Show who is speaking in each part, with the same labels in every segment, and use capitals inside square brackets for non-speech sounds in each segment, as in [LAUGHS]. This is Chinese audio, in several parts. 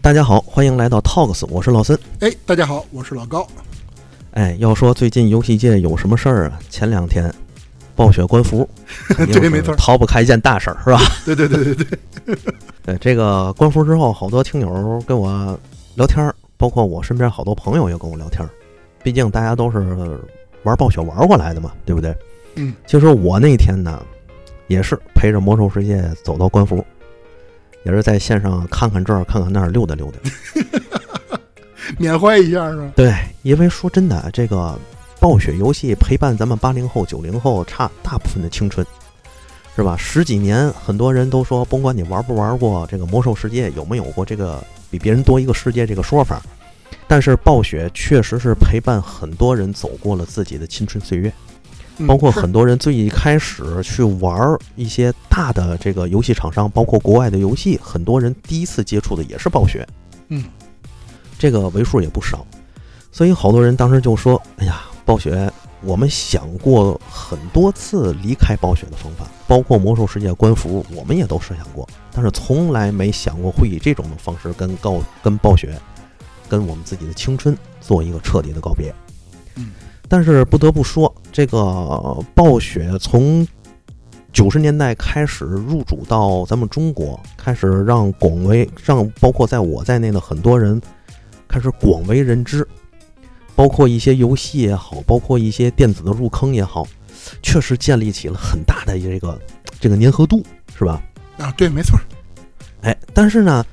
Speaker 1: 大家好，欢迎来到 Talks，我是老森。
Speaker 2: 哎，大家好，我是老高。
Speaker 1: 哎，要说最近游戏界有什么事儿啊？前两天暴雪官
Speaker 2: [LAUGHS]
Speaker 1: 服，肯定
Speaker 2: 对没错
Speaker 1: 是逃不开一件大事儿，是吧？
Speaker 2: [LAUGHS] 对对对对对，
Speaker 1: [LAUGHS] 对，这个官服之后，好多听友跟我聊天儿，包括我身边好多朋友也跟我聊天儿。毕竟大家都是玩暴雪玩过来的嘛，对不对？
Speaker 2: 嗯，
Speaker 1: 其实我那天呢，也是陪着魔兽世界走到官服，也是在线上看看这儿看看那儿溜达溜达。
Speaker 2: 缅怀一下是吧？
Speaker 1: 对，因为说真的，这个暴雪游戏陪伴咱们八零后、九零后差大部分的青春，是吧？十几年，很多人都说，甭管你玩不玩过这个《魔兽世界》，有没有过这个比别人多一个世界这个说法，但是暴雪确实是陪伴很多人走过了自己的青春岁月，
Speaker 2: 嗯
Speaker 1: 包括
Speaker 2: 是
Speaker 1: 很多人最一开始去玩一些大的这个游戏厂商，包括国外的游戏，很多人第一次接触的也是暴雪。
Speaker 2: 嗯，
Speaker 1: 这个为数也不少，所以好多人当时就说：“哎呀，暴雪，我们想过很多次离开暴雪的方法，包括魔兽世界官服，我们也都设想过，但是从来没想过会以这种的方式跟告跟暴雪，跟我们自己的青春做一个彻底的告别。”
Speaker 2: 嗯，
Speaker 1: 但是不得不说，这个呃暴雪从九十年代开始入主到咱们中国，开始让广为让包括在我在内的很多人开始广为人知，包括一些游戏也好，包括一些电子的入坑也好，确实建立起了很大的这个这个粘合度，是吧？
Speaker 2: 啊，对，没错，
Speaker 1: 哎，但是呢，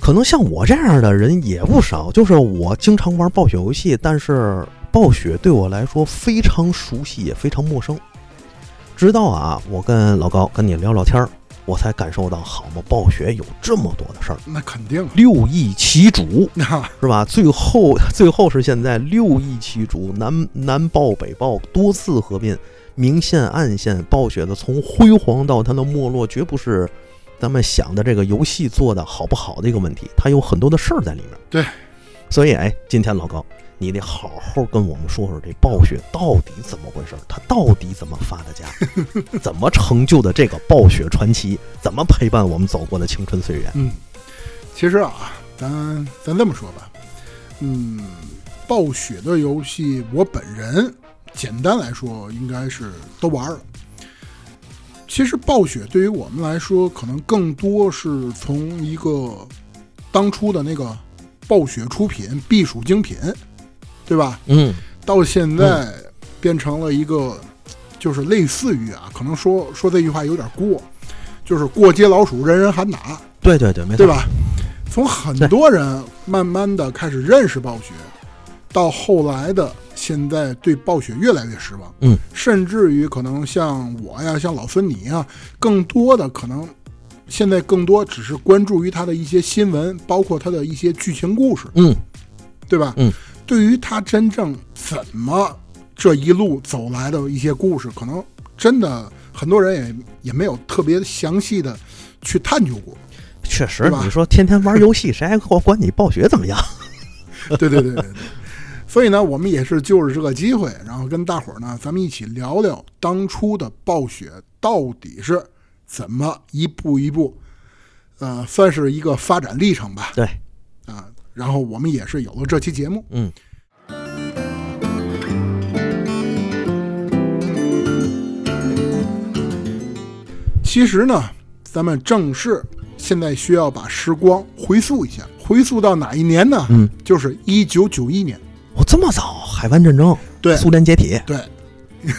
Speaker 1: 可能像我这样的人也不少，就是我经常玩暴雪游戏，但是暴雪对我来说非常熟悉，也非常陌生。直到啊，我跟老高跟你聊聊天儿，我才感受到，好嘛，暴雪有这么多的事儿，
Speaker 2: 那肯定啊。 [LAUGHS]
Speaker 1: 六亿旗主
Speaker 2: 那、
Speaker 1: 是吧？最后 [LAUGHS] 最后是现在六亿旗主，南南暴北暴多次合并，明线暗线，暴雪的从辉煌到它的没落，绝不是咱们想的这个游戏做的好不好的一个问题，它有很多的事儿在里面。
Speaker 2: 对，
Speaker 1: 所以哎，今天老高，你得好好跟我们说说这暴雪到底怎么回事儿，它到底怎么发的家，
Speaker 2: [LAUGHS]
Speaker 1: 怎么成就的这个暴雪传奇，怎么陪伴我们走过的青春岁月？
Speaker 2: 嗯，其实啊，咱咱这么说吧，嗯，暴雪的游戏，我本人简单来说应该是都玩了。其实暴雪对于我们来说，可能更多是从一个当初的那个暴雪出品必属精品，对吧？
Speaker 1: 嗯
Speaker 2: 到现在变成了一个，就是类似于啊，可能说说这句话有点过，就是过街老鼠人人喊打，
Speaker 1: 对对对，没错，
Speaker 2: 对？吧？从很多人慢慢的开始认识暴雪，到后来的现在对暴雪越来越失望，
Speaker 1: 嗯，
Speaker 2: 甚至于可能像我呀，像老孙你呀，更多的可能现在更多只是关注于他的一些新闻，包括他的一些剧情故事，
Speaker 1: 嗯。
Speaker 2: 对吧？
Speaker 1: 嗯，
Speaker 2: 对于他真正怎么这一路走来的一些故事，可能真的很多人也也没有特别详细的去探究过。
Speaker 1: 确实
Speaker 2: 对，吧
Speaker 1: 你说天天玩游 [LAUGHS] 戏，谁还管管你暴雪怎么样？
Speaker 2: 对对对对对。所以呢，我们也是就是这个机会，然后跟大伙儿呢，咱们一起聊聊当初的暴雪到底是怎么一步一步，呃，算是一个发展历程吧。
Speaker 1: 对，
Speaker 2: 啊，然后我们也是有了这期节目。
Speaker 1: 嗯，
Speaker 2: 其实呢，咱们正式现在需要把时光回溯一下，回溯到哪一年呢？
Speaker 1: 嗯，
Speaker 2: 就是一九九一年。
Speaker 1: 我这么早，海湾战争，
Speaker 2: 对
Speaker 1: 苏联解体，
Speaker 2: 对，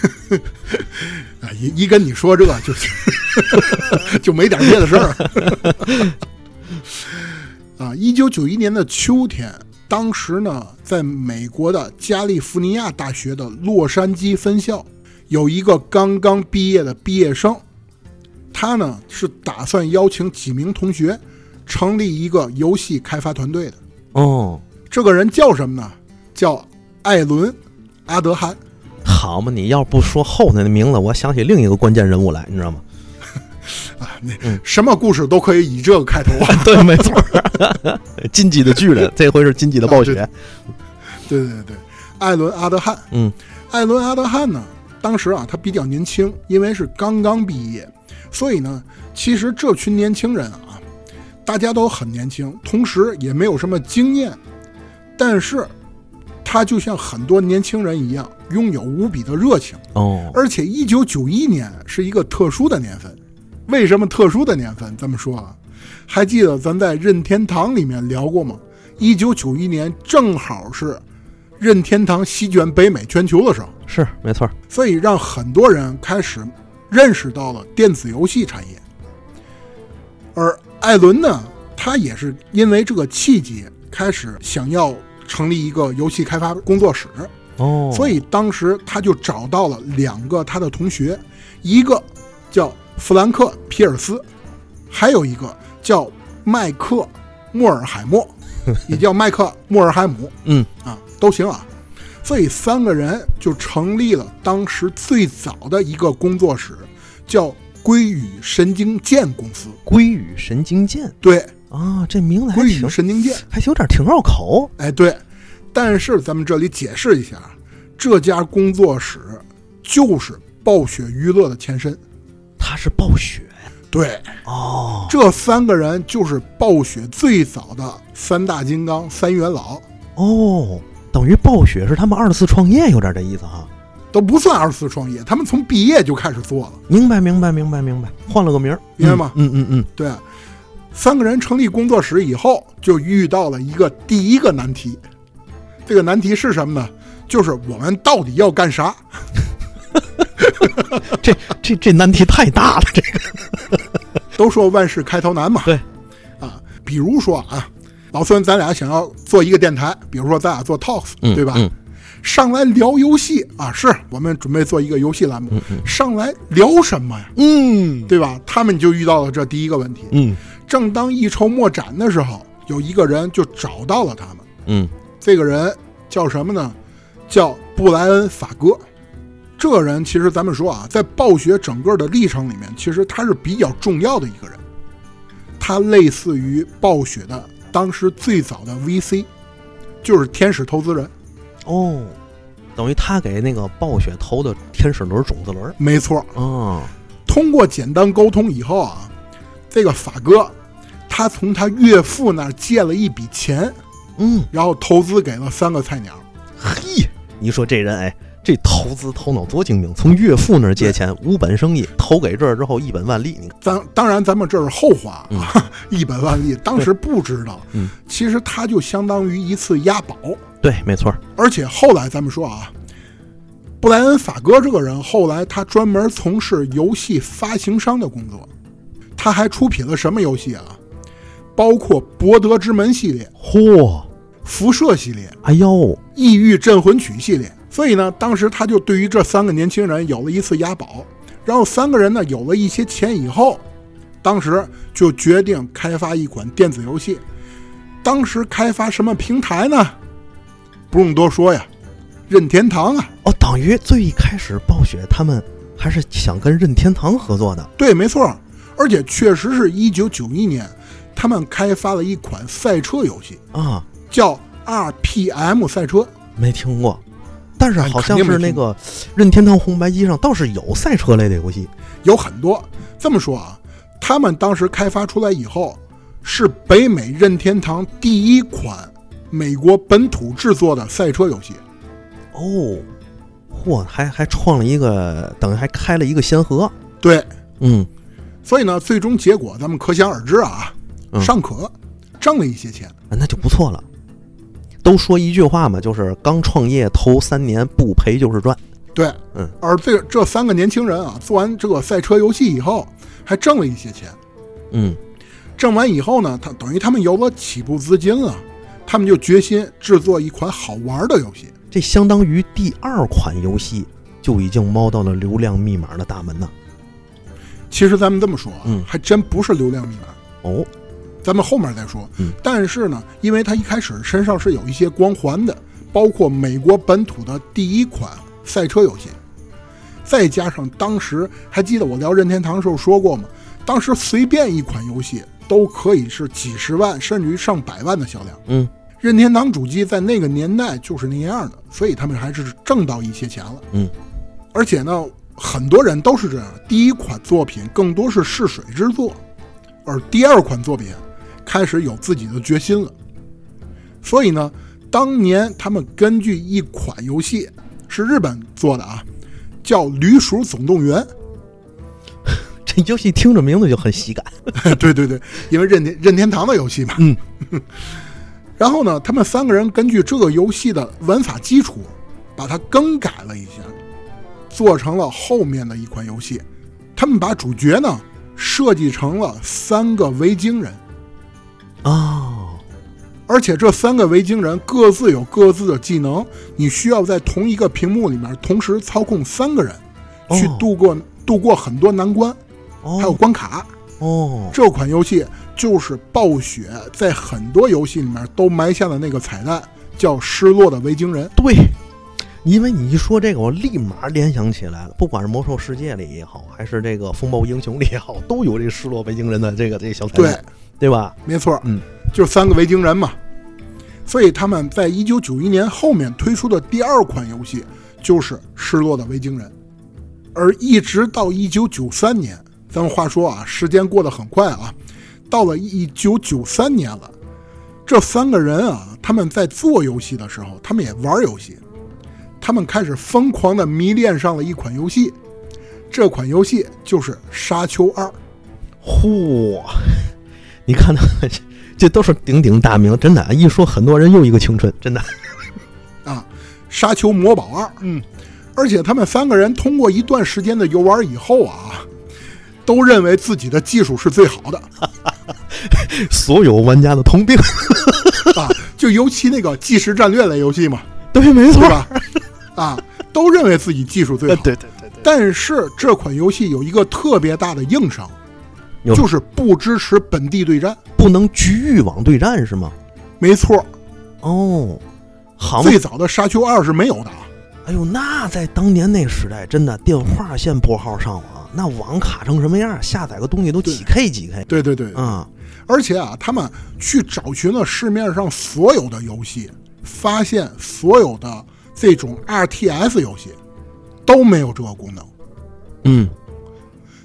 Speaker 2: [LAUGHS] 啊，一一跟你说这就是 [LAUGHS] 就没点别的事儿。 [LAUGHS] 啊，一九九一年的秋天，当时呢，在美国的加利福尼亚大学的洛杉矶分校，有一个刚刚毕业的毕业生，他呢是打算邀请几名同学成立一个游戏开发团队的。
Speaker 1: 哦，
Speaker 2: 这个人叫什么呢？叫艾伦·阿德汉。
Speaker 1: 好嘛，你要不说后头的名字，我想起另一个关键人物来，你知道吗？
Speaker 2: 啊，那
Speaker 1: 嗯
Speaker 2: 什么故事都可以以这个开
Speaker 1: [LAUGHS]
Speaker 2: 头啊！
Speaker 1: [LAUGHS] 对，没错， [LAUGHS] 金鸡的巨 [LAUGHS] 人，这回是金鸡的暴雪，
Speaker 2: 对对对，艾伦·阿德汉，
Speaker 1: 嗯
Speaker 2: 艾伦·阿德汉呢，当时啊他比较年轻，因为是刚刚毕业，所以呢，其实这群年轻人啊，大家都很年轻，同时也没有什么经验，但是他就像很多年轻人一样，拥有无比的热情。
Speaker 1: 哦，
Speaker 2: 而且，一九九一年是一个特殊的年份。为什么特殊的年份？咱们说啊，还记得咱在任天堂里面聊过吗？一九九一年正好是任天堂席卷北美全球的时候，
Speaker 1: 是没错儿，
Speaker 2: 所以让很多人开始认识到了电子游戏产业。而艾伦呢，他也是因为这个契机开始想要成立一个游戏开发工作室。
Speaker 1: 哦，
Speaker 2: 所以当时他就找到了两个他的同学，一个叫弗兰克·皮尔斯，还有一个叫麦克·莫尔
Speaker 1: [LAUGHS]
Speaker 2: 海默，也叫麦克·莫尔海姆
Speaker 1: 嗯，
Speaker 2: 啊，都行啊。所以三个人就成立了当时最早的一个工作室，叫归宇神经剑公司。
Speaker 1: 龟与神经剑
Speaker 2: 对，
Speaker 1: 啊，这名字还
Speaker 2: 归
Speaker 1: 挺
Speaker 2: 宇神经剑。
Speaker 1: 还有点挺绕口
Speaker 2: 哎，对，但是咱们这里解释一下，啊这家工作室就是暴雪娱乐的前身。
Speaker 1: 他是暴雪
Speaker 2: 对，
Speaker 1: 哦，
Speaker 2: 这三个人就是暴雪最早的三大金刚、三元老，
Speaker 1: 哦，等于暴雪是他们二次创业，有点这意思哈。
Speaker 2: 都不算二次创业，他们从毕业就开始做了，
Speaker 1: 明白，明白，明白，明白，换了个名儿，
Speaker 2: 明白吗
Speaker 1: 嗯嗯嗯，
Speaker 2: 对。三个人成立工作室以后，就遇到了一个第一个难题。这个难题是什么呢？就是我们到底要干啥？
Speaker 1: 嗯这这这难题太大了，这个
Speaker 2: 都说万事开头难嘛。
Speaker 1: 对，
Speaker 2: 啊，比如说啊，老孙，咱俩想要做一个电台，比如说咱俩做 Talks，、对吧？
Speaker 1: 嗯
Speaker 2: 上来聊游戏啊，是我们准备做一个游戏栏目，上来聊什么呀？
Speaker 1: 嗯
Speaker 2: 对吧？他们就遇到了这第一个问题。
Speaker 1: 嗯
Speaker 2: 正当一筹莫展的时候，有一个人就找到了他们。
Speaker 1: 嗯，
Speaker 2: 这个人叫什么呢？叫布莱恩·法戈。这个人其实咱们说啊，在暴雪整个的历程里面，其实他是比较重要的一个人。他类似于暴雪的当时最早的 VC，就是天使投资人。
Speaker 1: 哦，等于他给那个暴雪投的天使轮、种子轮，
Speaker 2: 没错，
Speaker 1: 啊，
Speaker 2: 通过简单沟通以后啊，这个法哥他从他岳父那儿借了一笔钱，
Speaker 1: 嗯，
Speaker 2: 然后投资给了三个菜鸟。
Speaker 1: 嘿，你说这人哎，这投资头脑多精明，从岳父那儿借钱，无本生意，投给这儿之后一本万利。你看，
Speaker 2: 咱当然，咱们这是后话啊， [LAUGHS] 一本万利。当时不知道，
Speaker 1: 嗯
Speaker 2: 其实它就相当于一次押宝。
Speaker 1: 对，没错儿，
Speaker 2: 而且后来咱们说啊，布莱恩·法戈这个人，后来他专门从事游戏发行商的工作，他还出品了什么游戏啊？包括《博德之门》系列、《
Speaker 1: 嚯，
Speaker 2: 辐射》系列、《
Speaker 1: 哎呦，
Speaker 2: 异域镇魂曲》系列。所以呢，当时他就对于这三个年轻人有了一次押宝，然后三个人呢有了一些钱以后，当时就决定开发一款电子游戏。当时开发什么平台呢？不用多说呀，任天堂啊，
Speaker 1: 哦，等于最一开始暴雪他们还是想跟任天堂合作的，
Speaker 2: 对，没错。而且确实是一九九一年，他们开发了一款赛车游戏，
Speaker 1: 啊，
Speaker 2: 叫 RPM 赛车。
Speaker 1: 没听过。但是
Speaker 2: 哎
Speaker 1: 好像
Speaker 2: 肯
Speaker 1: 是
Speaker 2: 定
Speaker 1: 那
Speaker 2: 没听
Speaker 1: 个任天堂红白机上倒是有赛车类的游戏，
Speaker 2: 有很多。这么说啊，他们当时开发出来以后，是北美任天堂第一款美国本土制作的赛车游戏。
Speaker 1: 哦，嚯，还还创了一个，等于还开了一个先河，
Speaker 2: 对，
Speaker 1: 嗯，
Speaker 2: 所以呢，最终结果咱们可想而知啊，
Speaker 1: 嗯
Speaker 2: 尚可挣了一些钱。
Speaker 1: 那就不错了。都说一句话嘛，就是刚创业头三年不赔就是赚。
Speaker 2: 对，
Speaker 1: 嗯，
Speaker 2: 而这这三个年轻人啊，做完这个赛车游戏以后，还挣了一些钱。
Speaker 1: 嗯，
Speaker 2: 挣完以后呢，他等于他们有了起步资金了，他们就决心制作一款好玩的游戏。
Speaker 1: 这相当于第二款游戏就已经猫到了流量密码的大门呐。
Speaker 2: 其实咱们这么说啊，
Speaker 1: 嗯
Speaker 2: 还真不是流量密码，
Speaker 1: 哦，
Speaker 2: 咱们后面再说。
Speaker 1: 嗯
Speaker 2: 但是呢，因为他一开始身上是有一些光环的，包括美国本土的第一款赛车游戏，再加上当时还记得我聊任天堂的时候说过吗？当时随便一款游戏都可以是几十万甚至于上百万的销量。
Speaker 1: 嗯
Speaker 2: 任天堂主机在那个年代就是那样的，所以他们还是挣到一些钱了。
Speaker 1: 嗯，
Speaker 2: 而且呢，很多人都是这样，第一款作品更多是试水之作，而第二款作品开始有自己的决心了。所以呢，当年他们根据一款游戏是日本做的啊，叫《驴鼠总动员》。 [LAUGHS]
Speaker 1: 这游戏听着名字就很喜感，
Speaker 2: 对对对，因为任天任天堂的游戏嘛。
Speaker 1: 嗯。
Speaker 2: [LAUGHS] 然后呢，他们三个人根据这个游戏的玩法基础，把它更改了一下，做成了后面的一款游戏。他们把主角呢设计成了三个维京人，
Speaker 1: 哦，
Speaker 2: 而且这三个维京人各自有各自的技能，你需要在同一个屏幕里面同时操控三个人，去
Speaker 1: 哦
Speaker 2: 度过、度过很多难关，还有
Speaker 1: 哦
Speaker 2: 关卡。
Speaker 1: 哦，
Speaker 2: 这款游戏就是暴雪在很多游戏里面都埋下的那个彩蛋，叫《失落的维京人》。
Speaker 1: 对，因为你一说这个，我立马联想起来了，不管是魔兽世界里也好，还是这个风暴英雄里也好，都有这失落维京人的这个这个小彩
Speaker 2: 对，
Speaker 1: 蛋，对吧？
Speaker 2: 没错，
Speaker 1: 嗯，
Speaker 2: 就是三个维京人嘛。所以他们在一九九一年后面推出的第二款游戏就是《失落的维京人》，而一直到一九九三年，咱们话说啊，时间过得很快啊，到了一九九三年了，这三个人啊，他们在做游戏的时候，他们也玩游戏，他们开始疯狂的迷恋上了一款游戏，这款游戏就是《沙丘二》。
Speaker 1: 嚯， [LAUGHS] 你看他们这这都是鼎鼎大名，真的，啊一说很多人又一个青春，真的。
Speaker 2: 啊，《沙丘魔堡二》。
Speaker 1: 嗯，
Speaker 2: 而且他们三个人通过一段时间的游玩以后啊，都认为自己的技术是最好的
Speaker 1: 所有玩家的通病。
Speaker 2: 啊，就尤其那个即时战略类游戏嘛，
Speaker 1: 对，没
Speaker 2: 对
Speaker 1: 错。
Speaker 2: 吧？啊，都认为自己技术最好。
Speaker 1: [LAUGHS] 对对对对，
Speaker 2: 但是这款游戏有一个特别大的硬伤，
Speaker 1: 有
Speaker 2: 就是不支持本地对战。
Speaker 1: 不能局域网对战是吗？
Speaker 2: 没错，
Speaker 1: 哦，好嘛，
Speaker 2: 最早的《沙丘二》是没有的啊。
Speaker 1: 哎呦，那在当年那时代，真的电话线拨号上网，那网卡成什么样？下载个东西都几 K 几 K
Speaker 2: 对对对，
Speaker 1: 啊！
Speaker 2: 而且啊，他们去找寻了市面上所有的游戏，发现所有的这种 RTS 游戏都没有这个功能，
Speaker 1: 嗯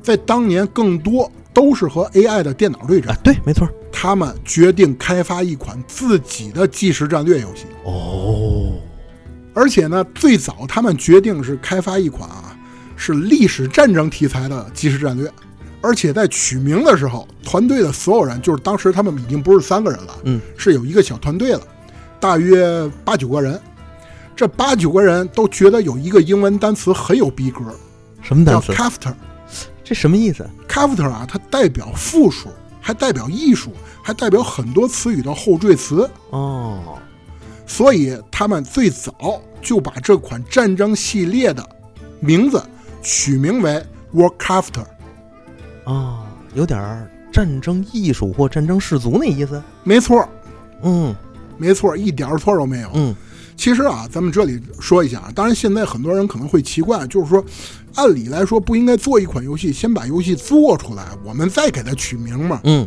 Speaker 2: 在当年更多都是和 AI 的电脑对
Speaker 1: 啊
Speaker 2: 战。，
Speaker 1: 对，没错。
Speaker 2: 他们决定开发一款自己的即时战略游戏，
Speaker 1: 哦，
Speaker 2: 而且呢，最早他们决定是开发一款啊，是历史战争题材的即时战略。而且在取名的时候，团队的所有人，就是当时他们已经不是三个人了，
Speaker 1: 嗯，
Speaker 2: 是有一个小团队了，大约八九个人。这八九个人都觉得有一个英文单词很有逼格，
Speaker 1: 什么
Speaker 2: 叫
Speaker 1: 单词？
Speaker 2: crafter。
Speaker 1: 这什么意思？
Speaker 2: crafter 啊，它代表复数，还代表艺术，还代表很多词语的后缀词。
Speaker 1: 哦，
Speaker 2: 所以他们最早就把这款战争系列的名字取名为 Warcraft。
Speaker 1: 哦，有点儿战争艺术或战争氏族那意思。
Speaker 2: 没错，
Speaker 1: 嗯
Speaker 2: 没错，一点儿错都没有。
Speaker 1: 嗯，
Speaker 2: 其实啊，咱们这里说一下，当然现在很多人可能会奇怪，就是说，按理来说不应该做一款游戏，先把游戏做出来，我们再给它取名嘛。
Speaker 1: 嗯，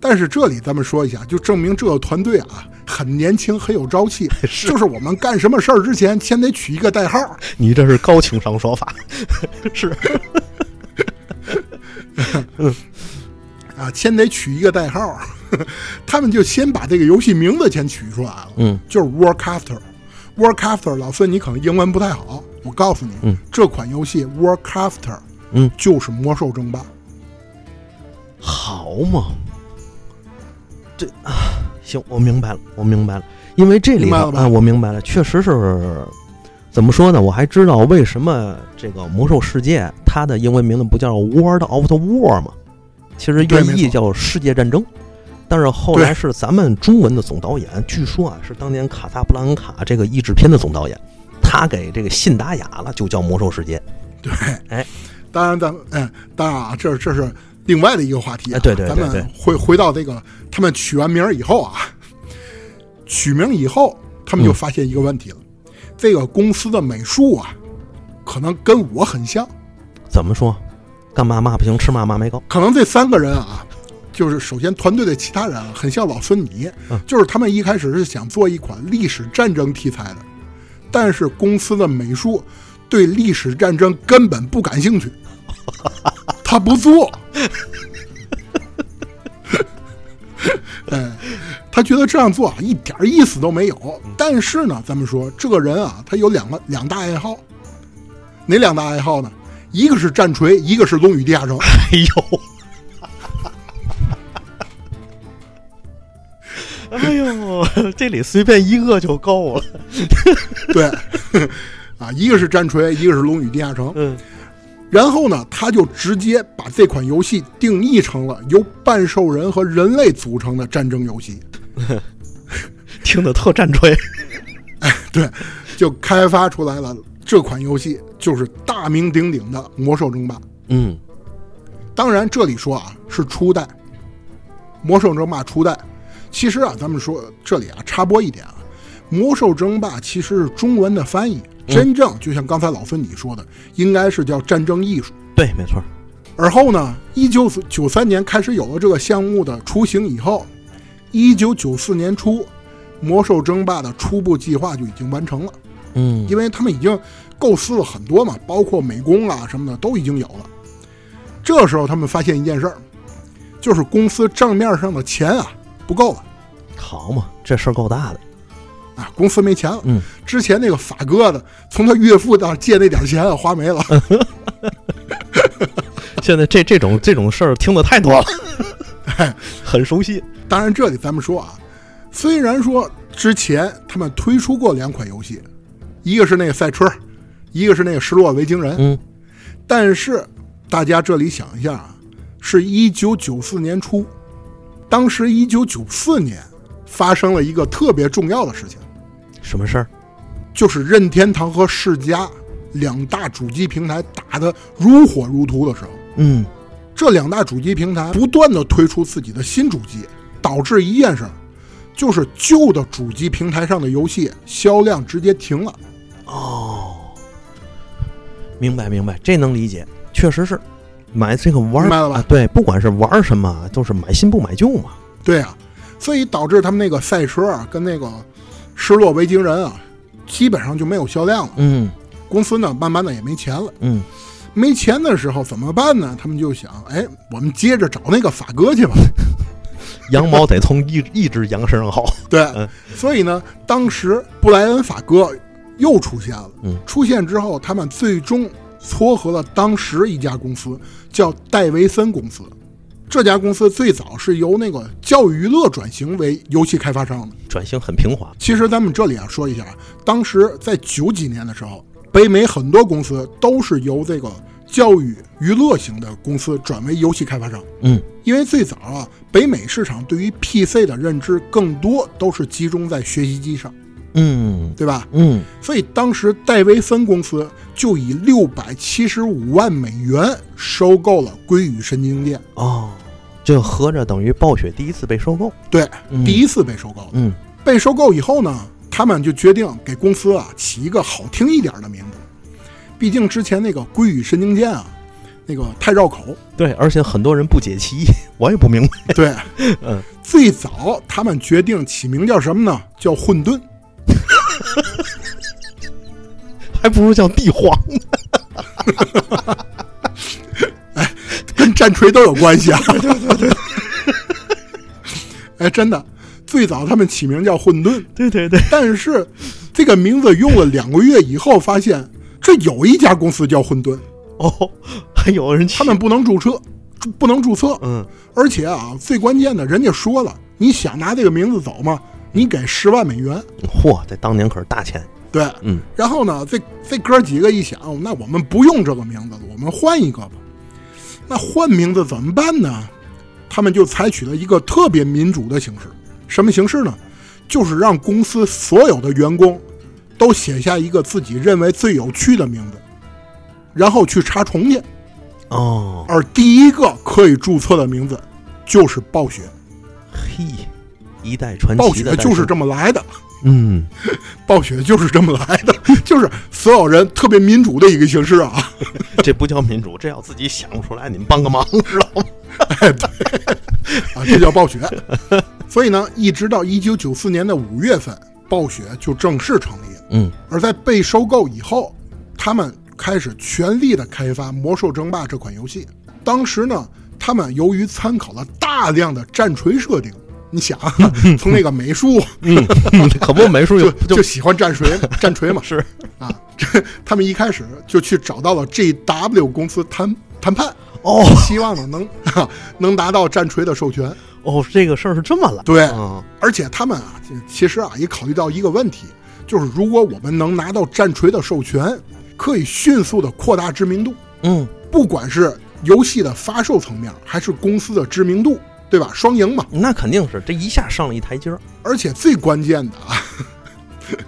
Speaker 2: 但是这里咱们说一下，就证明这个团队啊很年轻，很有朝气。
Speaker 1: [LAUGHS] 是
Speaker 2: 就是我们干什么事儿之前，先得取一个代号。
Speaker 1: 你这是高情商说法， [LAUGHS] 是
Speaker 2: 啊，先得取一个代号儿， [LAUGHS] 他们就先把这个游戏名字先取出来了，
Speaker 1: 嗯，
Speaker 2: 就是 Warcrafter。Warcrafter，老孙你可能英文不太好，我告诉你，
Speaker 1: 嗯
Speaker 2: 这款游戏 Warcrafter，
Speaker 1: 嗯，
Speaker 2: 就是魔兽争霸。
Speaker 1: 好嘛？这啊，行，我明白了，我明白了，因为这里
Speaker 2: 明白
Speaker 1: 头
Speaker 2: 了吧
Speaker 1: 啊，我明白了，确实是怎么说呢？我还知道为什么这个魔兽世界它的英文名字不叫 World of War 嘛，其实
Speaker 2: 对
Speaker 1: 原
Speaker 2: 没
Speaker 1: 意
Speaker 2: 错
Speaker 1: 叫世界战争。但是后来
Speaker 2: 对
Speaker 1: 是咱们中文的总导演，据说啊是当年卡萨布兰卡这个译制片的总导演，他给这个信达雅了就叫魔兽世界。
Speaker 2: 对，
Speaker 1: 哎，
Speaker 2: [LAUGHS] 当然咱们，哎，当然啊，这这是另外的一个话题、啊
Speaker 1: 哎对对对
Speaker 2: 咱
Speaker 1: 对
Speaker 2: 们回回到这个，他们取完名儿以后啊，取名以后，他们就
Speaker 1: 嗯
Speaker 2: 发现一个问题了，这个公司的美术啊，可能跟我很像。
Speaker 1: 怎么说？干嘛嘛不行，吃嘛嘛没高。
Speaker 2: 可能这三个人啊，就是首先团队的其他人啊很像老孙你，
Speaker 1: 嗯
Speaker 2: 就是他们一开始是想做一款历史战争题材的，但是公司的美术对历史战争根本不感兴趣，他不做。哎，他觉得这样做啊一点意思都没有。但是呢，咱们说这个人啊，他有两个两大爱好，哪两大爱好呢？一个是战锤，一个是《龙与地下城》。
Speaker 1: 哎呦，哎呦，这里随便一个就够了。
Speaker 2: [LAUGHS] 对，啊，一个是战锤，一个是《龙与地下城》。
Speaker 1: 嗯，
Speaker 2: 然后呢，他就直接把这款游戏定义成了由半兽人和人类组成的战争游戏。
Speaker 1: 听得特战锤。
Speaker 2: 对，就开发出来了这款游戏，就是大名鼎鼎的《魔兽争霸》。
Speaker 1: 嗯
Speaker 2: 当然，这里说啊是初代《魔兽争霸》初代。其实啊，咱们说这里啊插播一点啊，《魔兽争霸》其实是中文的翻译，真正就像刚才老孙你说的，应该是叫战争艺术。
Speaker 1: 对，没错。
Speaker 2: 而后呢，一九九三年开始有了这个项目的雏形以后，一九九四年初，《魔兽争霸》的初步计划就已经完成了，
Speaker 1: 嗯
Speaker 2: 因为他们已经构思了很多嘛，包括美工啊什么的都已经有了。这时候他们发现一件事儿，就是公司账面上的钱啊不够了
Speaker 1: 好嘛，这事儿够大的。
Speaker 2: 啊，公司没钱了。
Speaker 1: 嗯
Speaker 2: 之前那个法哥的从他岳父那儿借那点钱啊花没了，
Speaker 1: 现在这这种这种事儿听得太多了， [LAUGHS] 很熟悉。
Speaker 2: 当然，这里咱们说啊，虽然说之前他们推出过两款游戏，一个是那个赛车，一个是那个失落维京人，
Speaker 1: 嗯
Speaker 2: 但是大家这里想一下啊，是一九九四年初，当时一九九四年发生了一个特别重要的事情，
Speaker 1: 什么事儿？
Speaker 2: 就是任天堂和世嘉两大主机平台打得如火如荼的时候。
Speaker 1: 嗯，
Speaker 2: 这两大主机平台不断的推出自己的新主机，导致一件事儿，就是旧的主机平台上的游戏销量直接停了。
Speaker 1: 哦明白明白，这能理解，确实是。买这个玩儿
Speaker 2: 明白了吧
Speaker 1: 啊，对，不管是玩儿什么，都是买新不买旧嘛。
Speaker 2: 对啊，所以导致他们那个赛车啊，跟那个失落维京人啊，基本上就没有销量了。
Speaker 1: 嗯
Speaker 2: 公司呢，慢慢的也没钱了。
Speaker 1: 嗯，
Speaker 2: 没钱的时候怎么办呢？他们就想，哎，我们接着找那个法哥去吧。
Speaker 1: 羊毛得从一一只羊身上薅。
Speaker 2: 对
Speaker 1: 嗯，
Speaker 2: 所以呢，当时布莱恩法哥又出现了。
Speaker 1: 嗯
Speaker 2: 出现之后，他们最终撮合了当时一家公司，叫戴维森公司。这家公司最早是由那个教育娱乐转型为游戏开发商的。
Speaker 1: 转型很平滑。
Speaker 2: 其实咱们这里啊说一下，当时在九几年的时候，北美很多公司都是由这个教育娱乐型的公司转为游戏开发商。
Speaker 1: 嗯
Speaker 2: 因为最早啊，北美市场对于 PC 的认知更多都是集中在学习机上，
Speaker 1: 嗯
Speaker 2: 对吧？
Speaker 1: 嗯，
Speaker 2: 所以当时戴维森公司就以六百七十五万美元收购了硅宇神经电，
Speaker 1: 哦，这合着等于暴雪第一次被收购。
Speaker 2: 对，
Speaker 1: 嗯
Speaker 2: 第一次被收购了。
Speaker 1: 嗯
Speaker 2: 被收购以后呢，他们就决定给公司啊起一个好听一点的名字，毕竟之前那个硅宇神经电啊，那个太绕口，
Speaker 1: 对，而且很多人不解其意， [LAUGHS] 我也不明白。
Speaker 2: 对，
Speaker 1: [LAUGHS] 嗯，
Speaker 2: 最早他们决定起名叫什么呢？叫混沌。
Speaker 1: 还不如叫帝皇。
Speaker 2: 跟战锤都有关系啊。 [LAUGHS] 哎，真的，最早他们起名叫混沌，
Speaker 1: 对对对，
Speaker 2: 但是这个名字用了两个月以后，发现这有一家公司叫混沌，
Speaker 1: 哦，还有人
Speaker 2: 他们不能注册，注不能注册，
Speaker 1: 嗯
Speaker 2: 而且啊，最关键的，人家说了，你想拿这个名字走吗？你给十万美元，
Speaker 1: 嚯，这当年可是大钱。
Speaker 2: 对，
Speaker 1: 嗯
Speaker 2: 然后呢，这这哥几个一想，那我们不用这个名字了，我们换一个吧。那换名字怎么办呢？他们就采取了一个特别民主的形式，什么形式呢？就是让公司所有的员工都写下一个自己认为最有趣的名字，然后去查重去。
Speaker 1: 哦，
Speaker 2: 而第一个可以注册的名字就是暴雪，
Speaker 1: 嘿，一代传
Speaker 2: 暴
Speaker 1: 奇的
Speaker 2: 雪
Speaker 1: 诞
Speaker 2: 就是
Speaker 1: 生
Speaker 2: 这么来的，
Speaker 1: 嗯，
Speaker 2: 暴雪就是这么来的， [LAUGHS] 就是所有人特别民主的一个形式啊。
Speaker 1: [LAUGHS] 这不叫民主，这要自己想不出来，你们帮个忙，知道吗？
Speaker 2: 啊，这叫暴雪。所以呢，一直到一九九四年的五月份，暴雪就正式成立。
Speaker 1: 嗯
Speaker 2: 而在被收购以后，他们开始全力的开发《魔兽争霸》这款游戏。当时呢，他们由于参考了大量的战锤设定，你想
Speaker 1: [LAUGHS]
Speaker 2: 啊，从那个美术
Speaker 1: 嗯可不没数
Speaker 2: 就
Speaker 1: [LAUGHS] 有
Speaker 2: 就喜欢战
Speaker 1: [LAUGHS]
Speaker 2: 锤，战锤嘛
Speaker 1: 是
Speaker 2: 啊，这他们一开始就去找到了 GW 公司谈谈判，
Speaker 1: 哦
Speaker 2: 希望呢能、 [LAUGHS] 啊、能拿到战锤的授权。
Speaker 1: 哦，这个事儿是这么来，
Speaker 2: 对，
Speaker 1: 嗯
Speaker 2: 而且他们啊，其实啊也考虑到一个问题，就是如果我们能拿到战锤的授权，可以迅速的扩大知名度，
Speaker 1: 嗯
Speaker 2: 不管是游戏的发售层面，还是公司的知名度，对吧？双赢嘛。
Speaker 1: 那肯定是这一下上了一台阶儿，
Speaker 2: 而且最关键的啊， [LAUGHS]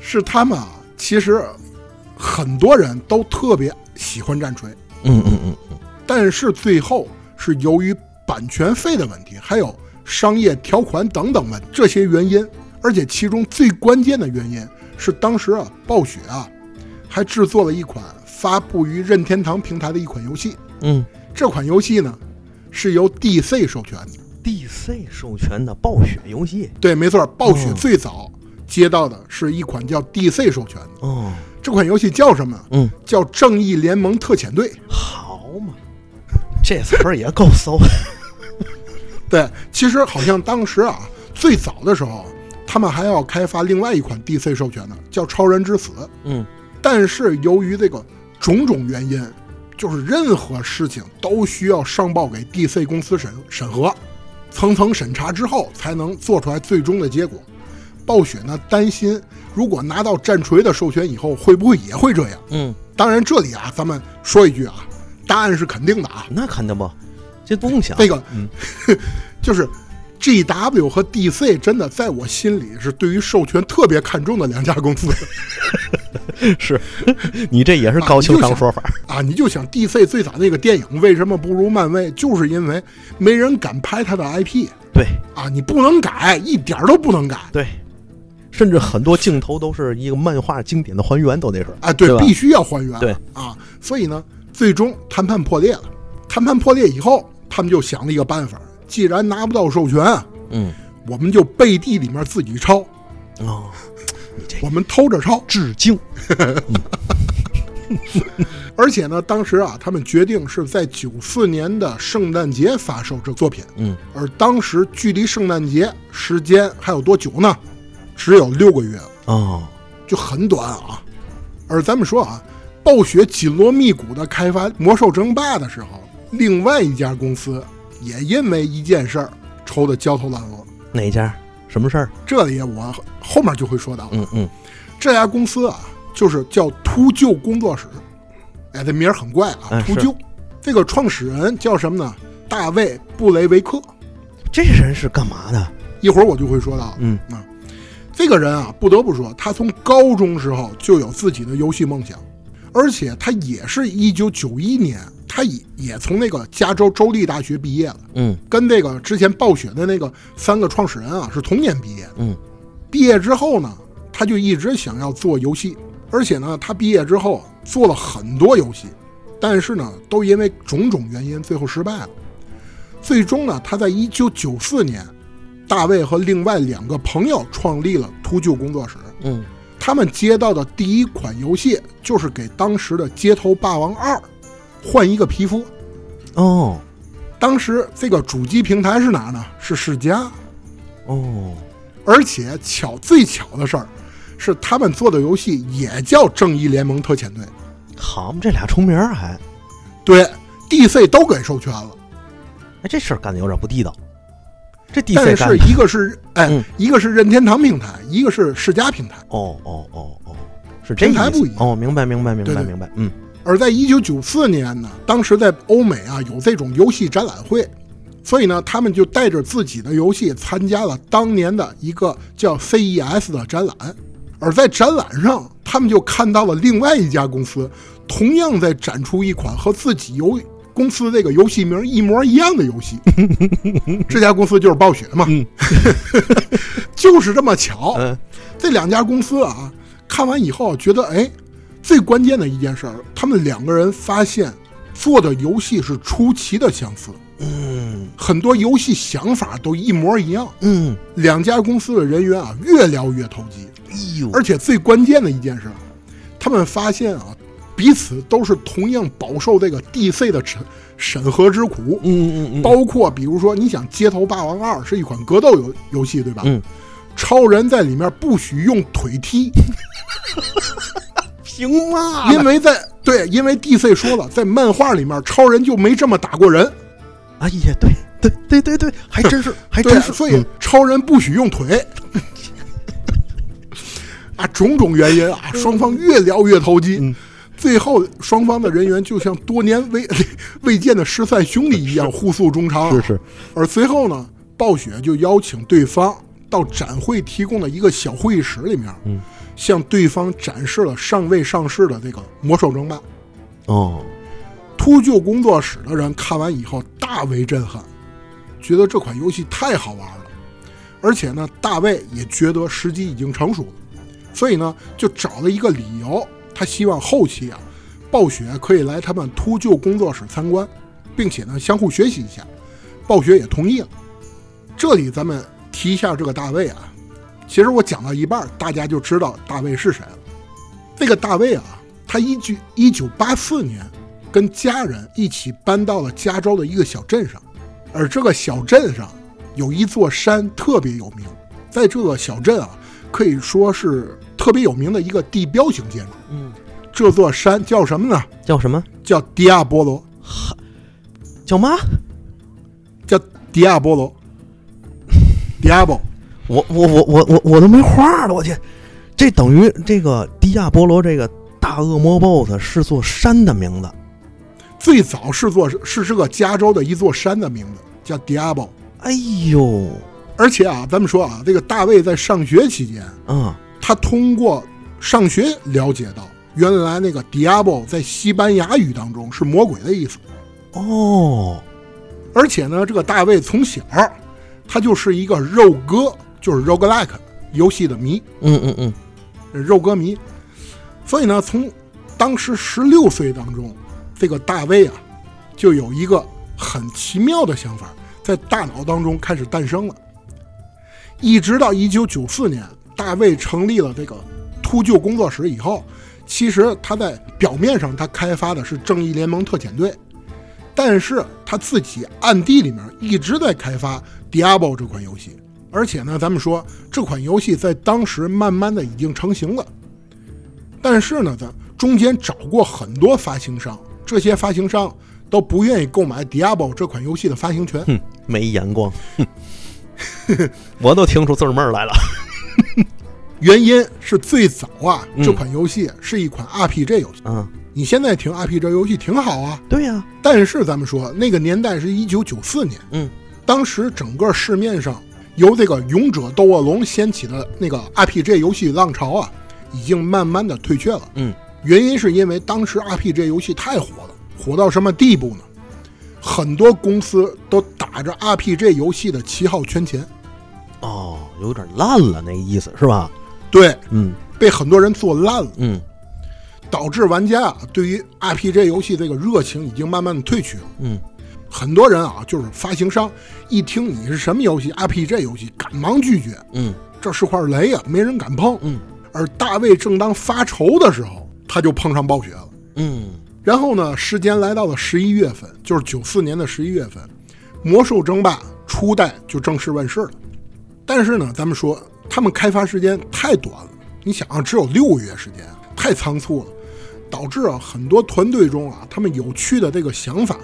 Speaker 2: 是他们啊，其实很多人都特别喜欢战锤，
Speaker 1: 嗯嗯嗯嗯，
Speaker 2: 但是最后是由于版权费的问题，还有商业条款等等问这些原因，而且其中最关键的原因是当时啊，暴雪啊，还制作了一款发布于任天堂平台的一款游戏，
Speaker 1: 嗯
Speaker 2: 这款游戏呢是由 DC 授权的，
Speaker 1: ，DC 授权的暴雪游戏，
Speaker 2: 对，没错，暴雪
Speaker 1: 哦
Speaker 2: 最早接到的是一款叫 DC 授权的。
Speaker 1: 哦，
Speaker 2: 这款游戏叫什么？
Speaker 1: 嗯，
Speaker 2: 叫《正义联盟特遣队》。
Speaker 1: 好嘛，这词儿也够骚，
Speaker 2: 对，其实好像当时啊，最早的时候，他们还要开发另外一款 DC 授权的，叫《超人之死》。
Speaker 1: [LAUGHS] 嗯
Speaker 2: 但是由于这个种种原因，就是任何事情都需要上报给 DC 公司审审核，层层审查之后才能做出来最终的结果。暴雪呢担心，如果拿到战锤的授权以后，会不会也会这样？
Speaker 1: 嗯，
Speaker 2: 当然，这里啊，咱们说一句啊，答案是肯定的啊。
Speaker 1: 那肯定不，这不用想，
Speaker 2: 这个
Speaker 1: 嗯
Speaker 2: [LAUGHS] 就是 GW 和 DC 真的在我心里是对于授权特别看重的两家公司 [LAUGHS]
Speaker 1: 是 [LAUGHS] 你这也是高情商说法，
Speaker 2: 啊！你就想 DC 最早那个电影为什么不如漫威，就是因为没人敢拍它的 IP
Speaker 1: 对
Speaker 2: 啊！你不能改，一点儿都不能改
Speaker 1: 对，甚至很多镜头都是一个漫画经典的还原，都得是，
Speaker 2: 啊！对，
Speaker 1: 对吧
Speaker 2: 必须要还原
Speaker 1: 对
Speaker 2: 啊！所以呢，最终谈判破裂了。谈判破裂以后，他们就想了一个办法：既然拿不到授权啊，
Speaker 1: 嗯
Speaker 2: 我们就背地里面自己抄，
Speaker 1: 哦，你这
Speaker 2: 我们偷着抄。
Speaker 1: 致敬，
Speaker 2: 而且呢，当时啊，他们决定是在九四年的圣诞节发售这作品，
Speaker 1: 嗯
Speaker 2: 而当时距离圣诞节时间还有多久呢？只有六个月，
Speaker 1: 哦，
Speaker 2: 就很短啊。而咱们说啊，暴雪紧锣密鼓的开发《魔兽争霸》的时候，另外一家公司也因为一件事儿抽得焦头烂额。
Speaker 1: 哪家？什么事儿？
Speaker 2: 这里我后面就会说到，
Speaker 1: 嗯嗯，
Speaker 2: 这家公司啊，就是叫秃鹫工作室。哎，这名儿很怪啊，
Speaker 1: 嗯
Speaker 2: 秃
Speaker 1: 是
Speaker 2: 鹫。这个创始人叫什么呢？大卫·布雷维克。
Speaker 1: 这人是干嘛的？
Speaker 2: 一会儿我就会说到。啊
Speaker 1: 嗯
Speaker 2: 这个人啊，不得不说，他从高中时候就有自己的游戏梦想，而且他也是一九九一年，他也也从那个加州州立大学毕业了，
Speaker 1: 嗯
Speaker 2: 跟那个之前暴雪的那个三个创始人啊是同年毕业的。
Speaker 1: 嗯
Speaker 2: 毕业之后呢，他就一直想要做游戏，而且呢，他毕业之后做了很多游戏，但是呢，都因为种种原因最后失败了。最终呢，他在1994年，大卫和另外两个朋友创立了秃鹫工作室。
Speaker 1: 嗯，
Speaker 2: 他们接到的第一款游戏就是给当时的《街头霸王二》换一个皮肤。
Speaker 1: 哦
Speaker 2: 当时这个主机平台是哪呢？是世嘉。
Speaker 1: 哦，
Speaker 2: 而且巧最巧的事儿是，他们做的游戏也叫《正义联盟特遣队》，
Speaker 1: 好嘛，这俩重名儿还，
Speaker 2: 对，DC 都给授权了，
Speaker 1: 哎，这事儿干的有点不地道。这地费
Speaker 2: 但
Speaker 1: 干
Speaker 2: 是
Speaker 1: 的，
Speaker 2: 一个是哎，
Speaker 1: 嗯
Speaker 2: 一个是任天堂平台，一个是世嘉平台。
Speaker 1: 哦哦哦哦，是这
Speaker 2: 平台
Speaker 1: 意思
Speaker 2: 不一样
Speaker 1: 哦，明白明白明
Speaker 2: 对
Speaker 1: 白
Speaker 2: 对
Speaker 1: 明白，嗯
Speaker 2: 而在一九九四年呢，当时在欧美啊有这种游戏展览会，所以呢，他们就带着自己的游戏参加了当年的一个叫 CES 的展览。而在展览上，他们就看到了另外一家公司同样在展出一款和自己游公司这个游戏名一模一样的游戏。这家公司就是暴雪嘛， [LAUGHS] 就是这么巧。
Speaker 1: 嗯
Speaker 2: 这两家公司啊，看完以后觉得，哎，最关键的一件事儿，他们两个人发现做的游戏是出奇的相似，
Speaker 1: 嗯
Speaker 2: 很多游戏想法都一模一样。
Speaker 1: 嗯，
Speaker 2: 两家公司的人员啊，越聊越投机，
Speaker 1: 哎呦，
Speaker 2: 而且最关键的一件事儿，他们发现啊，彼此都是同样饱受这个 DC 的审审核之苦。
Speaker 1: 嗯嗯嗯，
Speaker 2: 包括比如说，你想《街头霸王二》是一款格斗游游戏，对吧？
Speaker 1: 嗯，
Speaker 2: 超人在里面不许用腿踢，
Speaker 1: 行吗？
Speaker 2: 因为在对，因为 DC 说了，在漫画里面超人就没这么打过人，
Speaker 1: 哎呀，对对对对对，还真是还
Speaker 2: 对
Speaker 1: 真
Speaker 2: 啊，
Speaker 1: 哎是，嗯
Speaker 2: 所以超人不许用腿。 [LAUGHS] 啊，种种原因啊，双方越聊越投机，
Speaker 1: 嗯
Speaker 2: 最后双方的人员就像多年未 [LAUGHS] 未见的失散兄弟一样互诉衷肠啊、
Speaker 1: 嗯是是，
Speaker 2: 而随后呢，暴雪就邀请对方到展会提供的一个小会议室里面，
Speaker 1: 嗯
Speaker 2: 向对方展示了尚未上市的这个《魔兽争霸》。
Speaker 1: 哦，
Speaker 2: 秃鹫工作室的人看完以后大为震撼，觉得这款游戏太好玩了，而且呢，大卫也觉得时机已经成熟了，所以呢，就找了一个理由，他希望后期啊，暴雪可以来他们秃鹫工作室参观，并且呢，相互学习一下。暴雪也同意了。这里咱们提一下这个大卫啊，其实我讲到一半儿，大家就知道大卫是谁了。这个大卫啊，他一九一九八四年跟家人一起搬到了加州的一个小镇上，而这个小镇上有一座山特别有名，在这个小镇啊，可以说是特别有名的一个地标型建筑。
Speaker 1: 嗯，
Speaker 2: 这座山叫什么呢？
Speaker 1: 叫什么？
Speaker 2: 叫迪亚波罗，
Speaker 1: 叫嘛？
Speaker 2: 叫迪亚波罗，Diablo。
Speaker 1: 我我我我我我都没话了，我去，这等于这个迪亚波罗这个大恶魔 BOSS 是座山的名字。
Speaker 2: 最早是座是这个加州的一座山的名字，叫 Diablo。
Speaker 1: 哎呦，
Speaker 2: 而且啊，咱们说啊，这个大卫在上学期间，
Speaker 1: 啊，
Speaker 2: 他通过上学了解到，原来那个 Diablo 在西班牙语当中是魔鬼的意思。
Speaker 1: 哦，
Speaker 2: 而且呢，这个大卫从小他就是一个肉鸽，就是 roguelike 游戏的迷，
Speaker 1: 嗯嗯嗯，
Speaker 2: 肉鸽迷。所以呢，从当时十六岁当中，这个大卫啊，就有一个很奇妙的想法在大脑当中开始诞生了。一直到一九九四年，大卫成立了这个秃鹫工作室以后，其实他在表面上他开发的是正义联盟特遣队，但是他自己暗地里面一直在开发 Diablo 这款游戏。而且呢，咱们说这款游戏在当时慢慢的已经成型了，但是呢，咱中间找过很多发行商，这些发行商都不愿意购买 Diablo 这款游戏的发行权。
Speaker 1: 哼，没眼光，哼 [LAUGHS] 我都听出字儿妹儿来了。
Speaker 2: 原因是最早啊，
Speaker 1: 嗯
Speaker 2: 这款游戏是一款 RPG 游戏。
Speaker 1: 啊，
Speaker 2: 你现在听 RPG 游戏挺好啊，
Speaker 1: 对呀、
Speaker 2: 但是咱们说那个年代是一九九四年，
Speaker 1: 嗯，
Speaker 2: 当时整个市面上由这个《勇者斗恶龙》掀起的那个 RPG 游戏浪潮啊，已经慢慢的退却了。
Speaker 1: 嗯，
Speaker 2: 原因是因为当时 RPG 游戏太火了，火到什么地步呢？很多公司都打着 RPG 游戏的旗号圈钱，
Speaker 1: 哦，有点烂了那意思是吧？
Speaker 2: 对，
Speaker 1: 嗯
Speaker 2: 被很多人做烂了。
Speaker 1: 嗯
Speaker 2: 导致玩家啊对于 RPG 游戏这个热情已经慢慢的退去了。
Speaker 1: 嗯，
Speaker 2: 很多人啊，就是发行商一听你是什么游戏 RPG 游戏，赶忙拒绝，
Speaker 1: 嗯
Speaker 2: 这是块雷呀、没人敢碰。
Speaker 1: 嗯
Speaker 2: 而大卫正当发愁的时候，他就碰上暴雪了。
Speaker 1: 嗯，
Speaker 2: 然后呢，时间来到了十一月份，就是九四年的十一月份，《魔兽争霸》初代就正式问世了。但是呢，咱们说他们开发时间太短了，你想啊，只有六个月时间，太仓促了，导致啊很多团队中啊，他们有趣的这个想法，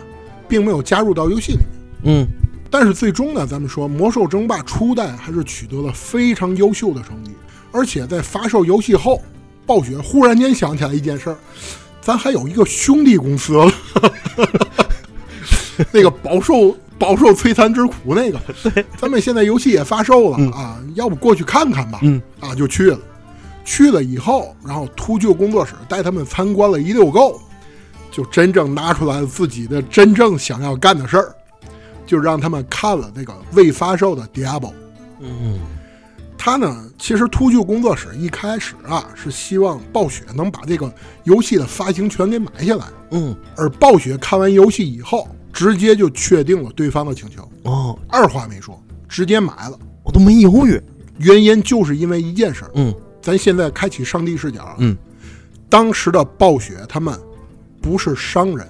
Speaker 2: 并没有加入到游戏里面。
Speaker 1: 嗯
Speaker 2: 但是最终呢，咱们说《魔兽争霸》初代还是取得了非常优秀的成绩，而且在发售游戏后，暴雪忽然间想起来一件事儿，咱还有一个兄弟公司了， [LAUGHS] 那个饱受饱受摧残之苦那个，咱们现在游戏也发售了、啊，要不过去看看吧？
Speaker 1: 嗯
Speaker 2: 啊，就去了。去了以后，然后秃鹫工作室带他们参观了一溜够，就真正拿出来了自己的真正想要干的事儿，就让他们看了那个未发售的 Diablo。
Speaker 1: 嗯
Speaker 2: 他呢，其实秃鹫工作室一开始啊是希望暴雪能把这个游戏的发行权给买下来，
Speaker 1: 嗯，
Speaker 2: 而暴雪看完游戏以后，直接就确定了对方的请求，
Speaker 1: 哦，
Speaker 2: 二话没说，直接买了。
Speaker 1: 我都没犹豫。
Speaker 2: 原因就是因为一件事儿，
Speaker 1: 嗯
Speaker 2: 咱现在开启上帝视角啊，
Speaker 1: 嗯
Speaker 2: 当时的暴雪他们不是商人，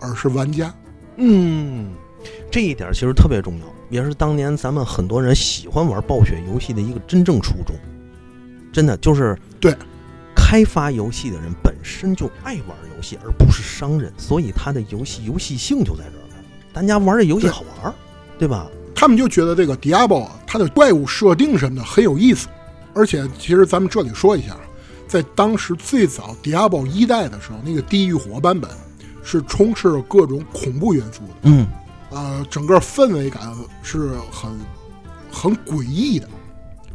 Speaker 2: 而是玩家。
Speaker 1: 嗯，这一点其实特别重要，也是当年咱们很多人喜欢玩暴雪游戏的一个真正初衷。真的就是
Speaker 2: 对，
Speaker 1: 开发游戏的人本身就爱玩游戏，而不是商人，所以他的游戏游戏性就在这儿呢。大家玩这游戏
Speaker 2: 对
Speaker 1: 好玩儿，对吧？
Speaker 2: 他们就觉得这个 Diablo 啊它的怪物设定什么的很有意思，而且其实咱们这里说一下，啊在当时最早 Diablo 一代的时候，那个地狱火版本是充斥着各种恐怖元素的，
Speaker 1: 嗯，
Speaker 2: 呃，整个氛围感是很很诡异的。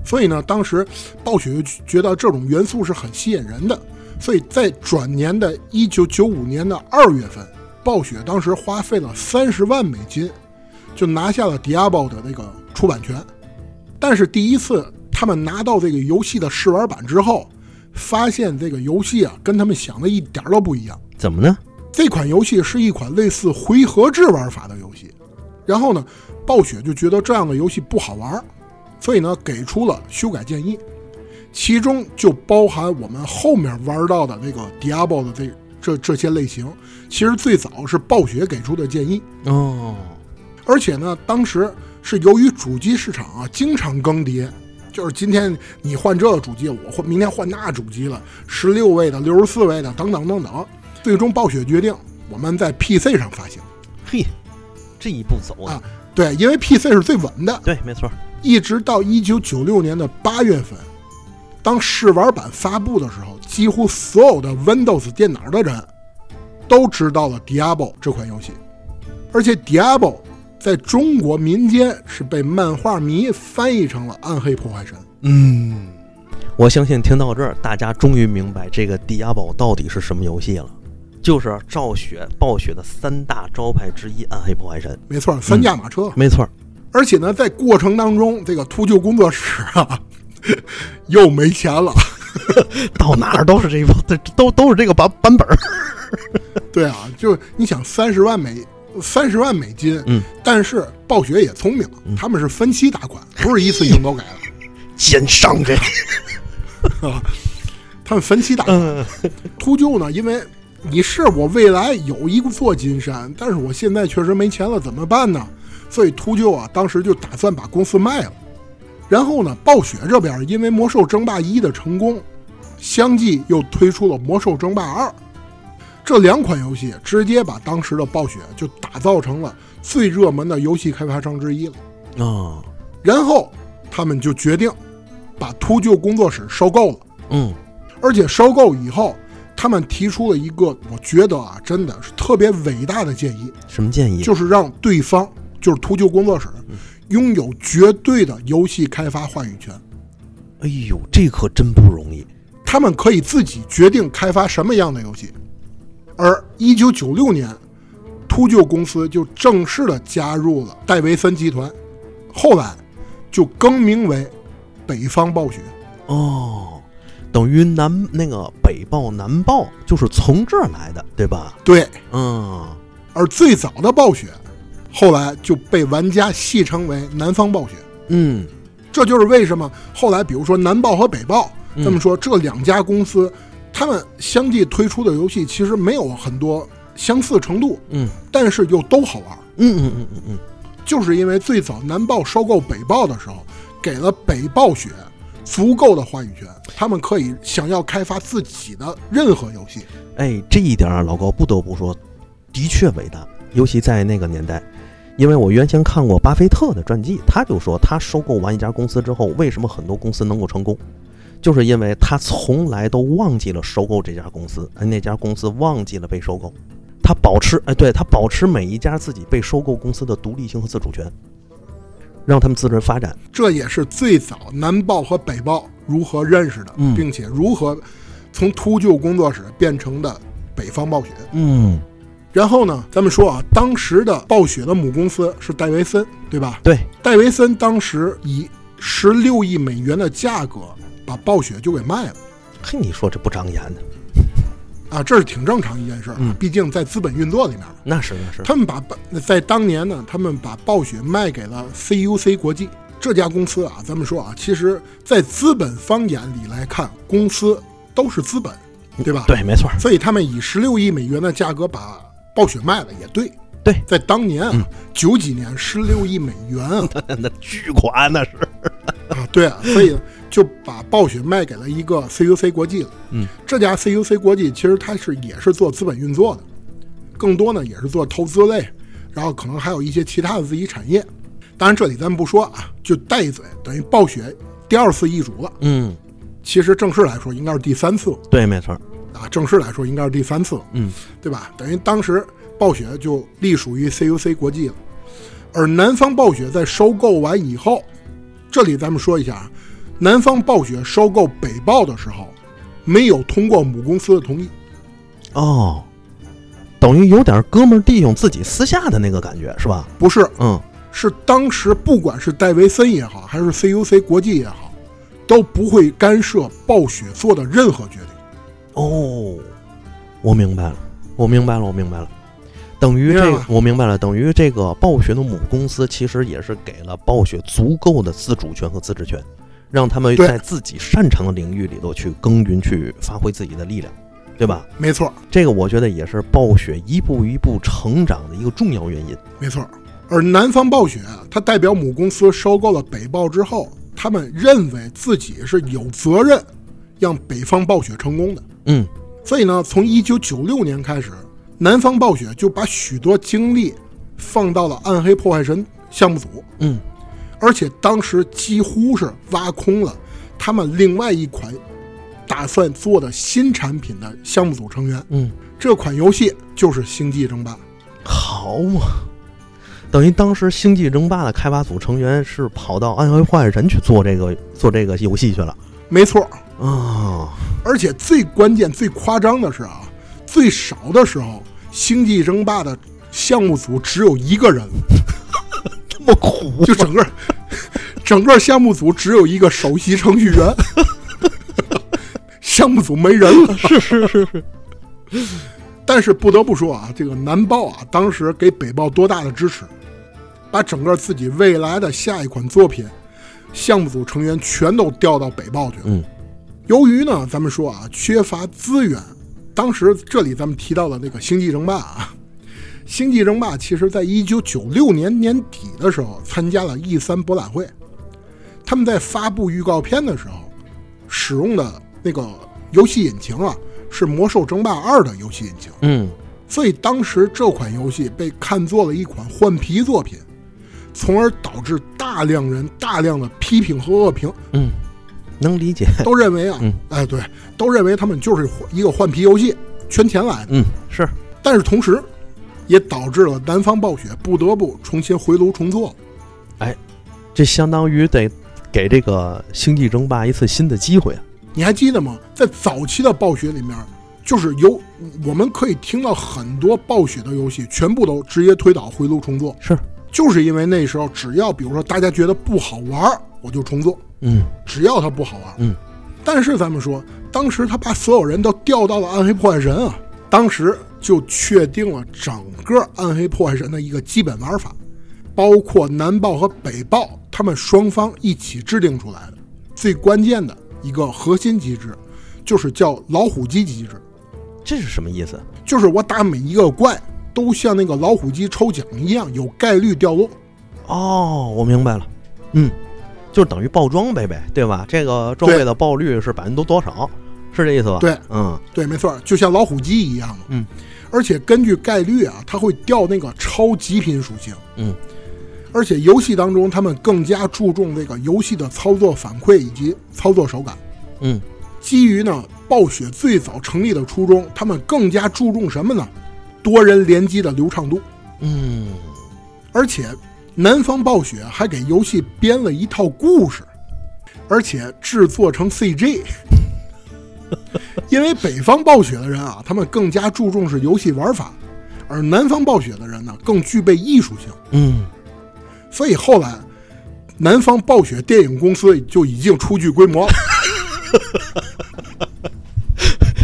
Speaker 2: 所以呢，当时暴雪就觉得这种元素是很吸引人的，所以在转年的一九九五年的二月份，暴雪当时花费了三十万美金，就拿下了 Diablo 的那个出版权。但是第一次他们拿到这个游戏的试玩版之后，发现这个游戏啊跟他们想的一点儿都不一样。
Speaker 1: 怎么呢？
Speaker 2: 这款游戏是一款类似回合制玩法的游戏。然后呢，暴雪就觉得这样的游戏不好玩儿，所以呢给出了修改建议，其中就包含我们后面玩到的那个 Diablo 的这这这些类型。其实最早是暴雪给出的建议，
Speaker 1: 哦，
Speaker 2: 而且呢，当时是由于主机市场啊经常更迭，就是今天你换这个主机，我换明天换那主机了，十六位的、六十四位的等等等等。最终暴雪决定，我们在 PC 上发行。
Speaker 1: 嘿，这一步走
Speaker 2: 啊对，因为 PC 是最稳的。
Speaker 1: 对，没错儿。
Speaker 2: 一直到一九九六年的八月份，当试玩版发布的时候，几乎所有的 Windows 电脑的人都知道了 Diablo 这款游戏，而且 Diablo 在中国民间是被漫画迷翻译成了《暗黑破坏神》。
Speaker 1: 嗯，我相信听到这儿，大家终于明白这个《迪亚堡》到底是什么游戏了，就是赵雪暴雪的三大招牌之一——暗黑破坏神。
Speaker 2: 没错，三驾马车。
Speaker 1: 没错儿，
Speaker 2: 而且呢，在过程当中，这个秃鹫工作室啊， [LAUGHS] 又没钱了。
Speaker 1: [LAUGHS] 到哪儿都是这一 [LAUGHS] 部，这都都是这个版版本儿。 [LAUGHS]
Speaker 2: 对啊，就是你想三十万美三十万美金，
Speaker 1: 嗯，
Speaker 2: 但是暴雪也聪明，他们是分期打款，不是一次性都改了，
Speaker 1: 奸商这，
Speaker 2: 他们分期打款。
Speaker 1: 嗯，
Speaker 2: 秃鹫呢，因为你是我未来有一座金山，但是我现在确实没钱了，怎么办呢？所以秃鹫啊，当时就打算把公司卖了。然后呢，暴雪这边因为《魔兽争霸一》的成功，相继又推出了《魔兽争霸二》，这两款游戏直接把当时的暴雪就打造成了最热门的游戏开发商之一了。
Speaker 1: 哦，
Speaker 2: 然后他们就决定把秃鹫工作室收购了。
Speaker 1: 嗯，
Speaker 2: 而且收购以后，他们提出了一个我觉得啊，真的是特别伟大的建议，
Speaker 1: 什么建议？
Speaker 2: 就是让对方，就是秃鹫工作室，拥有绝对的游戏开发话语权。
Speaker 1: 哎呦，这可真不容易。
Speaker 2: 他们可以自己决定开发什么样的游戏。而一九九六年，秃鹫公司就正式的加入了戴维森集团，后来就更名为北方暴雪。
Speaker 1: 哦，等于南那个北报南报就是从这儿来的，对吧？
Speaker 2: 对，
Speaker 1: 嗯，
Speaker 2: 而最早的暴雪，后来就被玩家戏称为南方暴雪。
Speaker 1: 嗯，
Speaker 2: 这就是为什么后来，比如说南报和北报，
Speaker 1: 嗯
Speaker 2: 这么说，这两家公司他们相继推出的游戏其实没有很多相似程度，
Speaker 1: 嗯，
Speaker 2: 但是又都好玩，
Speaker 1: 嗯嗯嗯嗯嗯，
Speaker 2: 就是因为最早南报收购北报的时候，给了北暴雪足够的话语权，他们可以想要开发自己的任何游戏。
Speaker 1: 哎，这一点啊，老高不得不说，的确伟大，尤其在那个年代。因为我原先看过巴菲特的传记，他就说他收购完一家公司之后，为什么很多公司能够成功，就是因为他从来都忘记了收购这家公司，哎，那家公司忘记了被收购，他保持哎，对他保持每一家自己被收购公司的独立性和自主权，让他们自然发展。
Speaker 2: 这也是最早南报和北报如何认识的，
Speaker 1: 嗯
Speaker 2: 并且如何从秃鹫工作室变成的北方暴雪。
Speaker 1: 嗯，
Speaker 2: 然后呢，咱们说啊，当时的暴雪的母公司是戴维森，对吧？
Speaker 1: 对，
Speaker 2: 戴维森当时以十六亿美元的价格把暴雪就给卖了
Speaker 1: 嘿，你说这不长眼的，
Speaker 2: 啊，这是挺正常一件事儿啊，
Speaker 1: 嗯
Speaker 2: 毕竟在资本运作里面嘛。
Speaker 1: 那是那是，
Speaker 2: 他们把在当年呢，他们把暴雪卖给了 CUC 国际这家公司啊。咱们说啊，其实，在资本方眼里来看，公司都是资本，对吧？
Speaker 1: 对，没错儿，
Speaker 2: 所以他们以十六亿美元的价格把暴雪卖了，也对。
Speaker 1: 对， [LAUGHS]
Speaker 2: 在当年啊，九、几年十六亿美元啊，
Speaker 1: 那巨款那是，
Speaker 2: 啊，对啊，所以就把暴雪卖给了一个 CUC 国际了。
Speaker 1: 嗯，
Speaker 2: 这家 CUC 国际其实它是也是做资本运作的，更多呢也是做投资类，然后可能还有一些其他的自己产业。当然这里咱们不说啊，就带一嘴，等于暴雪第二次易主了。
Speaker 1: 嗯，
Speaker 2: 其实正式来说应该是第三次
Speaker 1: 对，没错儿，
Speaker 2: 啊，正式来说应该是第三次，
Speaker 1: 嗯，
Speaker 2: 对吧？等于当时暴雪就隶属于 CUC 国际了，而南方暴雪在收购完以后，这里咱们说一下啊，南方暴雪收购北暴的时候，没有通过母公司的同意，
Speaker 1: 哦，等于有点哥们儿弟兄自己私下的那个感觉是吧？
Speaker 2: 不是，
Speaker 1: 嗯，
Speaker 2: 是当时不管是戴维森也好，还是 CUC 国际也好，都不会干涉暴雪做的任何决定。
Speaker 1: 哦，我明白了，我明白了，我明白了。等于
Speaker 2: 明白
Speaker 1: 这
Speaker 2: 吧，
Speaker 1: 我明白了。等于这个暴雪的母公司其实也是给了暴雪足够的自主权和自治权，让他们
Speaker 2: 对
Speaker 1: 在自己擅长的领域里头去耕耘、去发挥自己的力量，对吧？
Speaker 2: 没错，
Speaker 1: 这个我觉得也是暴雪一步一步成长的一个重要原因。
Speaker 2: 没错。而南方暴雪，啊它代表母公司收购了北暴之后，他们认为自己是有责任让北方暴雪成功的。
Speaker 1: 嗯，
Speaker 2: 所以呢，从一九九六年开始，南方暴雪就把许多精力放到了暗黑破坏神项目组，
Speaker 1: 嗯，
Speaker 2: 而且当时几乎是挖空了他们另外一款打算做的新产品的项目组成员。
Speaker 1: 嗯，
Speaker 2: 这款游戏就是《星际争霸》。
Speaker 1: 好嘛，等于当时《星际争霸》的开发组成员是跑到《暗黑破坏神》去做这个做这个游戏去了
Speaker 2: 没错，
Speaker 1: 啊、哦
Speaker 2: 而且最关键、最夸张的是啊，最少的时候，《星际争霸》的项目组只有一个人了，
Speaker 1: 这么苦
Speaker 2: 就整个整个项目组只有一个首席程序员， [LAUGHS] 项目组没人了。
Speaker 1: 是是是是，
Speaker 2: [LAUGHS] 但是不得不说啊，这个南报啊，当时给北报多大的支持，把整个自己未来的下一款作品，项目组成员全都调到北报去了。
Speaker 1: 嗯，
Speaker 2: 由于呢，咱们说啊，缺乏资源，当时这里咱们提到的那个《星际争霸》啊，《星际争霸》其实在一九九六年年底的时候参加了 E 三博览会，他们在发布预告片的时候使用的那个游戏引擎啊，是《魔兽争霸二》的游戏引擎。
Speaker 1: 嗯，
Speaker 2: 所以当时这款游戏被看作了一款换皮作品，从而导致大量人大量的批评和恶评，
Speaker 1: 嗯，能理解。
Speaker 2: 都认为啊，
Speaker 1: 嗯
Speaker 2: 哎对，都认为他们就是一个换皮游戏，圈钱来的。
Speaker 1: [LAUGHS] 嗯，是，
Speaker 2: 但是同时，也导致了南方暴雪不得不重新回炉重做。
Speaker 1: 这相当于得给这个《星际争霸》一次新的机会啊。
Speaker 2: 你还记得吗？在早期的暴雪里面，就是有我们可以听到很多暴雪的游戏，全部都直接推倒回炉重做，
Speaker 1: 是，
Speaker 2: 就是因为那时候只要比如说大家觉得不好玩儿，我就重做。
Speaker 1: 嗯
Speaker 2: 只要它不好玩。
Speaker 1: 嗯，
Speaker 2: 但是咱们说，当时他把所有人都调到了暗黑破坏神啊，当时就确定了整个暗黑破坏神的一个基本玩法，包括南豹和北豹他们双方一起制定出来的。最关键的一个核心机制，就是叫老虎机机制，
Speaker 1: 这是什么意思？
Speaker 2: 就是我打每一个怪都像那个老虎机抽奖一样有概率掉落。
Speaker 1: 哦，我明白了。嗯，就等于爆装备呗，对吧？这个装备的爆率是百分之多少？是这意思吧？
Speaker 2: 对，
Speaker 1: 嗯
Speaker 2: 对，没错，就像老虎机一样嘛。
Speaker 1: 嗯，
Speaker 2: 而且根据概率啊，它会调那个超极品属性。
Speaker 1: 嗯，
Speaker 2: 而且游戏当中，他们更加注重这个游戏的操作反馈以及操作手感。
Speaker 1: 嗯，
Speaker 2: 基于呢，暴雪最早成立的初衷，他们更加注重什么呢？多人联机的流畅度。
Speaker 1: 嗯，
Speaker 2: 而且，南方暴雪还给游戏编了一套故事，而且制作成 CG。因为北方暴雪的人啊，他们更加注重是游戏玩法，而南方暴雪的人呢，更具备艺术性。
Speaker 1: 嗯，
Speaker 2: 所以后来，南方暴雪电影公司就已经初具规模 [LAUGHS] 了。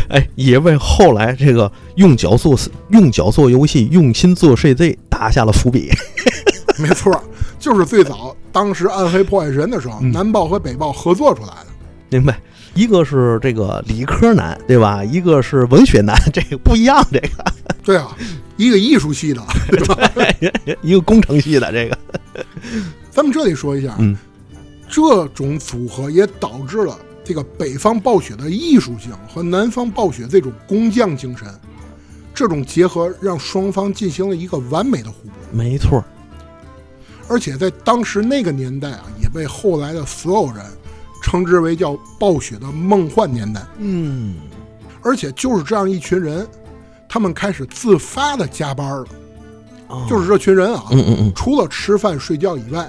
Speaker 1: 哎，也为后来这个用脚做用脚做游戏、用心做 CZ 打下了伏笔。 [LAUGHS]
Speaker 2: 没错儿，就是最早当时《暗黑破坏神》的时候，南暴和北暴合作出来的。
Speaker 1: 明白，一个是这个理科男，对吧？一个是文学男，这个不一样，这个
Speaker 2: 对啊，一个艺术系的，对吧？
Speaker 1: 一个工程系的这个，
Speaker 2: 咱们这里说一下，啊
Speaker 1: 嗯
Speaker 2: 这种组合也导致了这个北方暴雪的艺术性和南方暴雪这种工匠精神，这种结合让双方进行了一个完美的互补，
Speaker 1: 没错儿，
Speaker 2: 而且在当时那个年代啊，也被后来的所有人称之为叫暴雪的梦幻年代。
Speaker 1: 嗯，
Speaker 2: 而且就是这样一群人，他们开始自发的加班了，
Speaker 1: 哦
Speaker 2: 就是这群人啊，
Speaker 1: 嗯嗯嗯，
Speaker 2: 除了吃饭睡觉以外，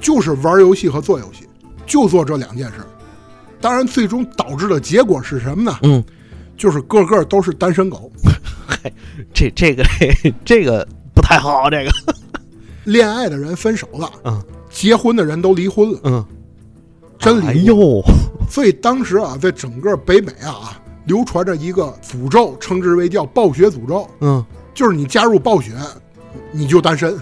Speaker 2: 就是玩游戏和做游戏，就做这两件事。当然，最终导致的结果是什么呢？
Speaker 1: 嗯，
Speaker 2: 就是个个都是单身狗，
Speaker 1: 这这个 [LAUGHS] 这个不太好，这个，
Speaker 2: 恋爱的人分手了，
Speaker 1: 嗯
Speaker 2: 结婚的人都离婚了，
Speaker 1: 嗯，
Speaker 2: 真离
Speaker 1: 哎
Speaker 2: 婚。
Speaker 1: 呦，
Speaker 2: 所以当时啊，在整个北美啊，流传着一个诅咒，称之为叫暴雪诅咒，
Speaker 1: 嗯，
Speaker 2: 就是你加入暴雪，你就单身。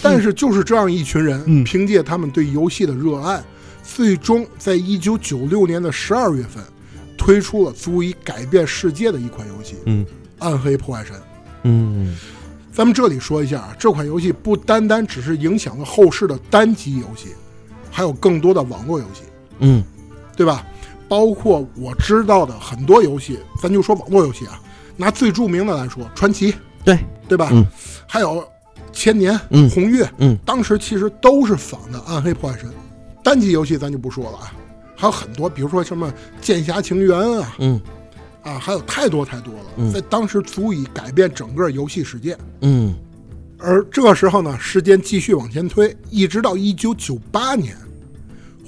Speaker 2: 但是就是这样一群人，
Speaker 1: 嗯
Speaker 2: 凭借他们对游戏的热爱，最终在一九九六年的十二月份，推出了足以改变世界的一款游戏《
Speaker 1: 嗯
Speaker 2: 暗黑破坏神》。
Speaker 1: 嗯，
Speaker 2: 咱们这里说一下啊，这款游戏不单单只是影响了后世的单机游戏，还有更多的网络游戏，
Speaker 1: 嗯，
Speaker 2: 对吧？包括我知道的很多游戏，咱就说网络游戏啊，拿最著名的来说，《传奇》，
Speaker 1: 对，
Speaker 2: 对吧？
Speaker 1: 嗯
Speaker 2: 还有千年、
Speaker 1: 嗯
Speaker 2: 红月，
Speaker 1: 嗯，
Speaker 2: 当时其实都是仿的《暗黑破坏神》。单机游戏咱就不说了啊，还有很多，比如说什么《剑侠情缘》啊，
Speaker 1: 嗯
Speaker 2: 啊，还有太多太多了，
Speaker 1: 嗯
Speaker 2: 在当时足以改变整个游戏世界。
Speaker 1: 嗯，
Speaker 2: 而这个时候呢，时间继续往前推，一直到一九九八年，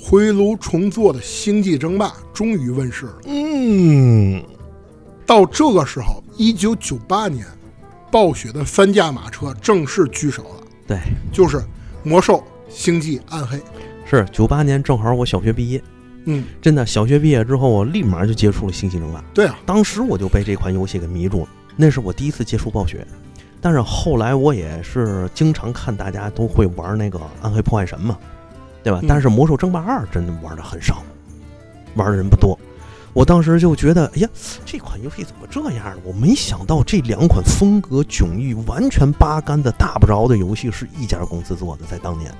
Speaker 2: 回炉重做的《星际争霸》终于问世了。
Speaker 1: 嗯，
Speaker 2: 到这个时候，一九九八年，暴雪的三驾马车正式聚首了。
Speaker 1: 对，
Speaker 2: 就是魔兽、星际、暗黑。
Speaker 1: 是九八年正好我小学毕业，
Speaker 2: 嗯，
Speaker 1: 真的小学毕业之后，我立马就接触了《星际争霸》，
Speaker 2: 对啊，
Speaker 1: 当时我就被这款游戏给迷住了，那是我第一次接触暴雪。但是后来我也是经常看大家都会玩那个《暗黑破坏神》嘛，对吧？
Speaker 2: 嗯
Speaker 1: 但是《魔兽争霸二》真的玩的很少，玩的人不多。我当时就觉得，哎呀，这款游戏怎么这样呢？我没想到这两款风格迥异、完全八竿子打不着的游戏是一家公司做的，在当年。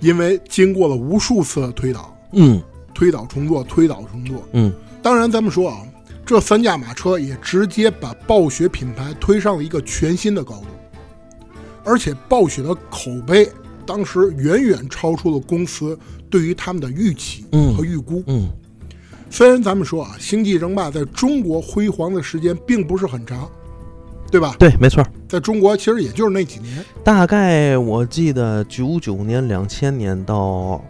Speaker 2: 因为经过了无数次的推导、
Speaker 1: 嗯
Speaker 2: 推导重做、推导重做。
Speaker 1: 嗯，
Speaker 2: 当然，咱们说啊，这三驾马车也直接把暴雪品牌推上了一个全新的高度，而且暴雪的口碑当时远远超出了公司对于他们的预期
Speaker 1: 嗯
Speaker 2: 和预估。
Speaker 1: 嗯
Speaker 2: 虽然咱们说啊，《星际争霸》在中国辉煌的时间并不是很长，对吧？
Speaker 1: 对，没错。
Speaker 2: 在中国其实也就是那几年。
Speaker 1: 大概我记得九九年、两千年到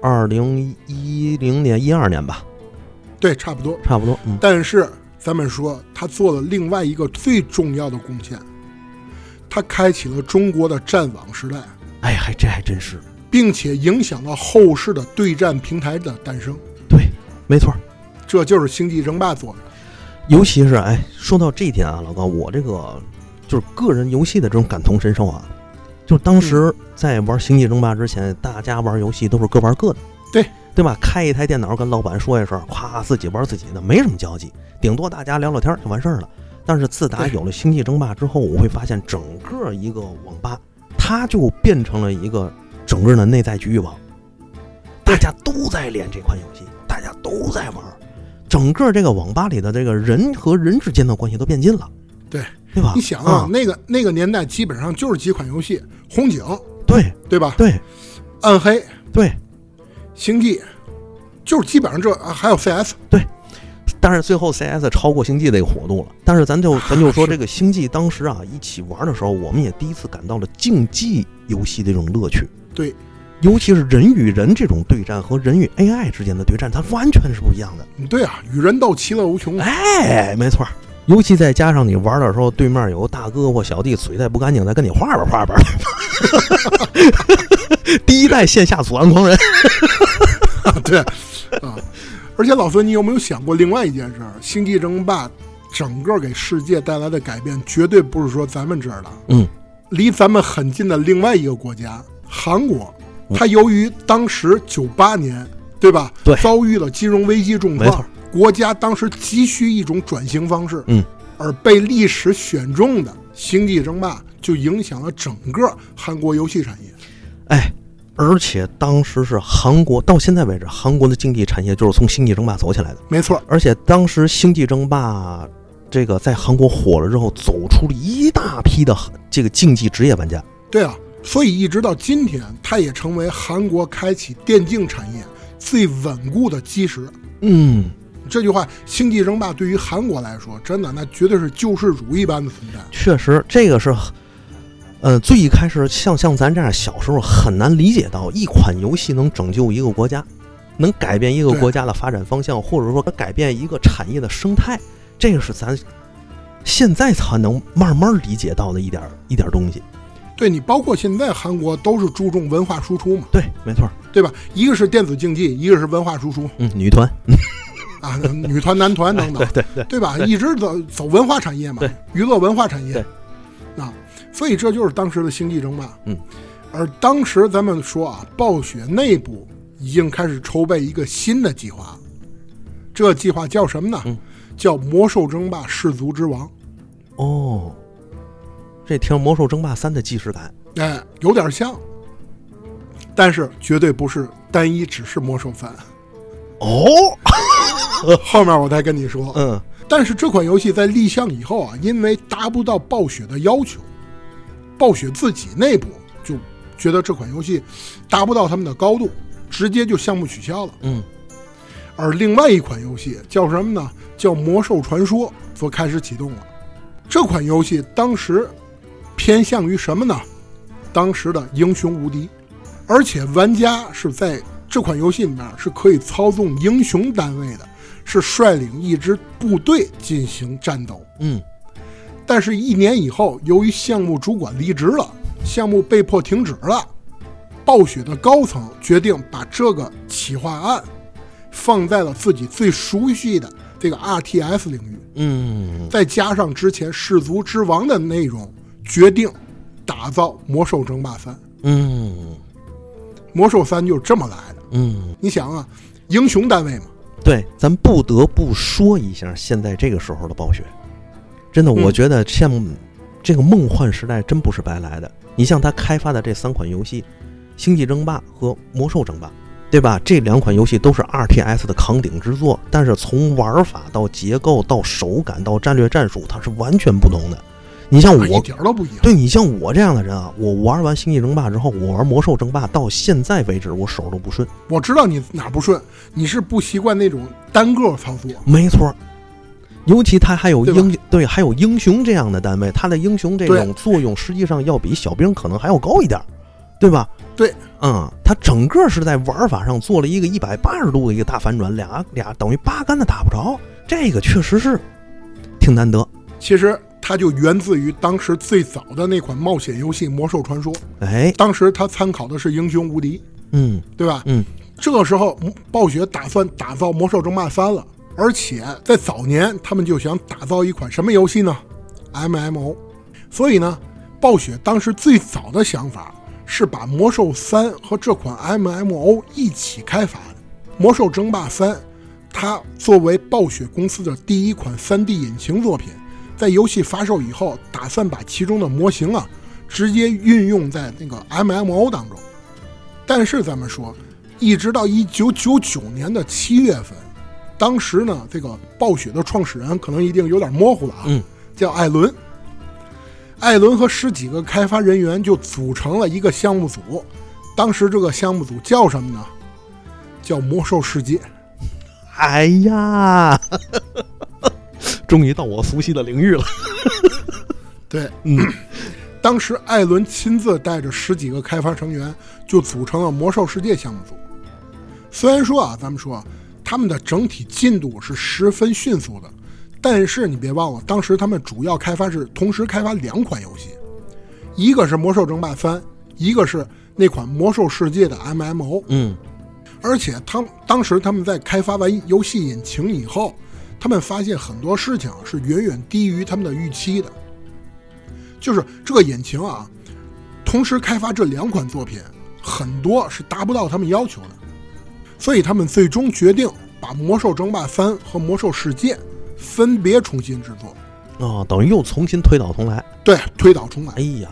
Speaker 1: 二零一零年、一二年吧，
Speaker 2: 对，差不多。
Speaker 1: 差不多。嗯
Speaker 2: 但是咱们说，他做了另外一个最重要的贡献，他开启了中国的战网时代，
Speaker 1: 哎，还这还真是，
Speaker 2: 并且影响了后世的对战平台的诞生。
Speaker 1: 对，没错。
Speaker 2: 这就是《星际争霸》做的。
Speaker 1: 尤其是哎，说到这一点啊，老高，我这个就是个人游戏的这种感同身受啊，就当时在玩《星际争霸》之前，大家玩游戏都是各玩各的，
Speaker 2: 对
Speaker 1: 对吧？开一台电脑跟老板说一声，咵，自己玩自己的，没什么交集，顶多大家聊聊天就完事儿了。但是自打
Speaker 2: 对
Speaker 1: 有了《星际争霸》之后，我会发现整个一个网吧，它就变成了一个整个的内在局域网，大家都在练这款游戏，大家都在玩。整个这个网吧里的这个人和人之间的关系都变近了，
Speaker 2: 对
Speaker 1: 对吧？
Speaker 2: 你想啊，
Speaker 1: 啊，
Speaker 2: 那个那个年代基本上就是几款游戏：红警，
Speaker 1: 对
Speaker 2: 对吧？
Speaker 1: 对
Speaker 2: 暗黑、
Speaker 1: 对，
Speaker 2: 星际，就是基本上这啊，还有 CS。
Speaker 1: 但是最后 CS 超过星际这个火度了。但是咱就 [LAUGHS] 咱就说
Speaker 2: 是
Speaker 1: 这个星际当时啊，一起玩的时候，我们也第一次感到了竞技游戏的这种乐趣。
Speaker 2: 对，
Speaker 1: 尤其是人与人这种对战和人与 AI 之间的对战，它完全是不一样的。
Speaker 2: 对啊，与人斗，其乐无穷。啊
Speaker 1: [LAUGHS] 哎，没错儿。尤其再加上你玩的时候，对面有个大哥或小弟嘴再不干净，再跟你画吧画吧。 [LAUGHS] 第一代线下阻拦狂人，
Speaker 2: 对，啊，而且老孙，你有没有想过另外一件事儿？《星际争霸》整个给世界带来的改变，绝对不是说咱们这儿的，
Speaker 1: 嗯，
Speaker 2: 离咱们很近的另外一个国家——韩国，它由于当时九八年，对吧？
Speaker 1: 嗯对
Speaker 2: 遭遇了金融危机重
Speaker 1: 没错
Speaker 2: 创，国家当时急需一种转型方式，
Speaker 1: 嗯，
Speaker 2: 而被历史选中的《星际争霸》就影响了整个韩国游戏产业。
Speaker 1: 哎，而且当时是韩国，到现在为止，韩国的经济产业就是从星际争霸走起来的。
Speaker 2: 没错，
Speaker 1: 而且当时星际争霸这个在韩国火了之后，走出了一大批的这个竞技职业玩家。
Speaker 2: 对啊，所以一直到今天，它也成为韩国开启电竞产业最稳固的基石。
Speaker 1: 嗯，
Speaker 2: 这句话，《星际争霸》对于韩国来说，真的那绝对是救世主一般的存在。
Speaker 1: 确实，这个是，呃，最一开始像像咱这样小时候很难理解到一款游戏能拯救一个国家，能改变一个
Speaker 2: 对
Speaker 1: 国家的发展方向，或者说改变一个产业的生态，这个是咱现在才能慢慢理解到的一点儿一点儿东西。
Speaker 2: 对你，包括现在韩国都是注重文化输出嘛，
Speaker 1: 对，没错儿，
Speaker 2: 对吧？一个是电子竞技，一个是文化输出
Speaker 1: 嗯，女团，
Speaker 2: 啊，女团、男团等等，
Speaker 1: [LAUGHS] 对对
Speaker 2: 对吧？一直走走文化产业嘛
Speaker 1: 对，
Speaker 2: 娱乐文化产业
Speaker 1: 对
Speaker 2: 啊，所以这就是当时的星际争霸。
Speaker 1: 嗯，
Speaker 2: 而当时咱们说啊，暴雪内部已经开始筹备一个新的计划，这计划叫什么呢？
Speaker 1: 嗯
Speaker 2: 叫《魔兽争霸：氏族之王》。
Speaker 1: 哦，这听《魔兽争霸三》的既视感，
Speaker 2: 哎，有点像，但是绝对不是单一只是魔兽
Speaker 1: [LAUGHS]
Speaker 2: 三。
Speaker 1: 哦，
Speaker 2: 后面我再跟你说。
Speaker 1: 嗯，
Speaker 2: 但是这款游戏在立项以后啊，因为达不到暴雪的要求，暴雪自己内部就觉得这款游戏达不到他们的高度，直接就项目取消了。
Speaker 1: 嗯，
Speaker 2: 而另外一款游戏叫什么呢？叫《魔兽传说》，则开始启动了。这款游戏当时偏向于什么呢？当时的英雄无敌，而且玩家是在这款游戏里面是可以操纵英雄单位的，是率领一支部队进行战斗。
Speaker 1: 嗯，
Speaker 2: 但是，一年以后，由于项目主管离职了，项目被迫停止了，暴雪的高层决定把这个企划案放在了自己最熟悉的这个 RTS 领域，
Speaker 1: 嗯，
Speaker 2: 再加上之前《氏族之王》的内容，决定打造《魔兽争霸三》。《
Speaker 1: 嗯，
Speaker 2: 魔兽三》就是这么来的。
Speaker 1: 嗯。
Speaker 2: 你想啊，英雄单位嘛，
Speaker 1: 对，咱不得不说一下现在这个时候的暴雪，真的，
Speaker 2: 嗯
Speaker 1: 我觉得像这个梦幻时代真不是白来的。你像他开发的这三款游戏，《星际争霸》和《魔兽争霸》，对吧？这两款游戏都是 RTS 的扛鼎之作，但是从玩法到结构到手感到战略战术，它是完全不同的。你像
Speaker 2: 啊一
Speaker 1: 哦我，
Speaker 2: 点儿都不一样。
Speaker 1: 对你像我这样的人啊，我玩完《星际争霸》之后，我玩《魔兽争霸》到现在为止，我手都不顺。
Speaker 2: 我知道你哪儿不顺，你是不习惯那种单个操作。
Speaker 1: 没错儿，尤其它还有
Speaker 2: 对吧
Speaker 1: 英对还有英雄这样的单位，它的英雄这种
Speaker 2: 对
Speaker 1: 作用实际上要比小兵可能还要高一点儿，对吧？
Speaker 2: 对，
Speaker 1: 嗯，它整个是在玩法上做了一个一百八十度的一个大反转，俩俩等于八竿子打不着，这个确实是挺难得。
Speaker 2: 其实它就源自于当时最早的那款冒险游戏《魔兽传说》，
Speaker 1: 哎，
Speaker 2: 当时它参考的是英雄无敌，
Speaker 1: 嗯
Speaker 2: 对吧？
Speaker 1: 嗯，
Speaker 2: 这个时候，嗯暴雪打算打造《魔兽争霸三》了，而且在早年他们就想打造一款什么游戏呢？MMO。所以呢，暴雪当时最早的想法是把《魔兽三》和这款 MMO 一起开发的，《魔兽争霸三》它作为暴雪公司的第一款 3D 引擎作品，在游戏发售以后，打算把其中的模型啊直接运用在那个 MMO 当中。但是咱们说，一直到一九九九年的七月份，当时呢，这个暴雪的创始人可能一定有点模糊了啊，
Speaker 1: 嗯
Speaker 2: 叫艾伦。艾伦和十几个开发人员就组成了一个项目组，当时这个项目组叫什么呢？叫《魔兽世界》。
Speaker 1: 哎呀， [LAUGHS] 终于到我熟悉的领域了。
Speaker 2: 对，
Speaker 1: 嗯，
Speaker 2: [CLEARS THROAT] 当时艾伦亲自带着十几个开发成员，就组成了魔兽世界项目组。虽然说啊，咱们说啊他们的整体进度是十分迅速的，但是你别忘了，当时他们主要开发是同时开发两款游戏，一个是《魔兽争霸三》，一个是那款《魔兽世界》的 MMO。
Speaker 1: 嗯
Speaker 2: 而且他们当时他们在开发完游戏引擎以后，他们发现很多事情是远远低于他们的预期的。就是这个引擎啊，同时开发这两款作品，很多是达不到他们要求的，所以他们最终决定把《魔兽争霸三》和《魔兽世界》分别重新制作，
Speaker 1: 啊，等于又重新推倒重来。
Speaker 2: 对，推倒重来。
Speaker 1: 哎呀，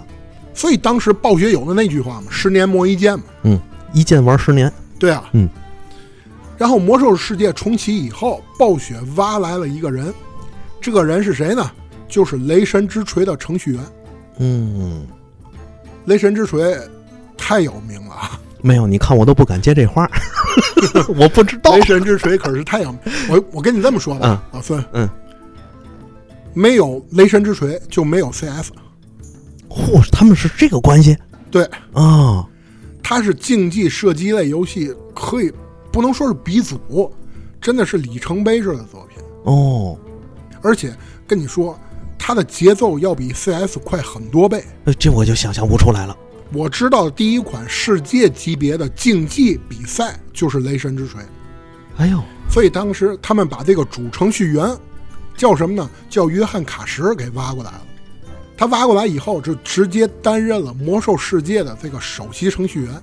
Speaker 2: 所以当时暴雪有的那句话嘛，“十年磨一剑”嘛，
Speaker 1: 嗯一剑玩十年，
Speaker 2: 对啊，
Speaker 1: 嗯。
Speaker 2: 然后《魔兽世界》重启以后，暴雪挖来了一个人，这个人是谁呢？就是《雷神之锤》的程序员。《
Speaker 1: 嗯，
Speaker 2: 雷神之锤》太有名
Speaker 1: [LAUGHS]
Speaker 2: 了啊！
Speaker 1: 没有，你看我都不敢接这 [LAUGHS] 话，我不知道
Speaker 2: 雷神之锤可是太阳。我我跟你这么说吧，老孙，
Speaker 1: 嗯，
Speaker 2: 没有雷神之锤就没有 CS，
Speaker 1: 嚯，他们是这个关系
Speaker 2: 对，
Speaker 1: 啊，
Speaker 2: 它是竞技射击类游戏，可以不能说是鼻祖，真的是里程碑式的作品。
Speaker 1: 哦，
Speaker 2: 而且跟你说，它的节奏要比 CS 快很多倍。
Speaker 1: 呃这我就想象不出来了。
Speaker 2: 我知道的第一款世界级别的竞技比赛就是雷神之锤，
Speaker 1: 哎呦，
Speaker 2: 所以当时他们把这个主程序员叫什么呢？叫约翰卡什给挖过来了。他挖过来以后，就直接担任了魔兽世界的这个首席程序员。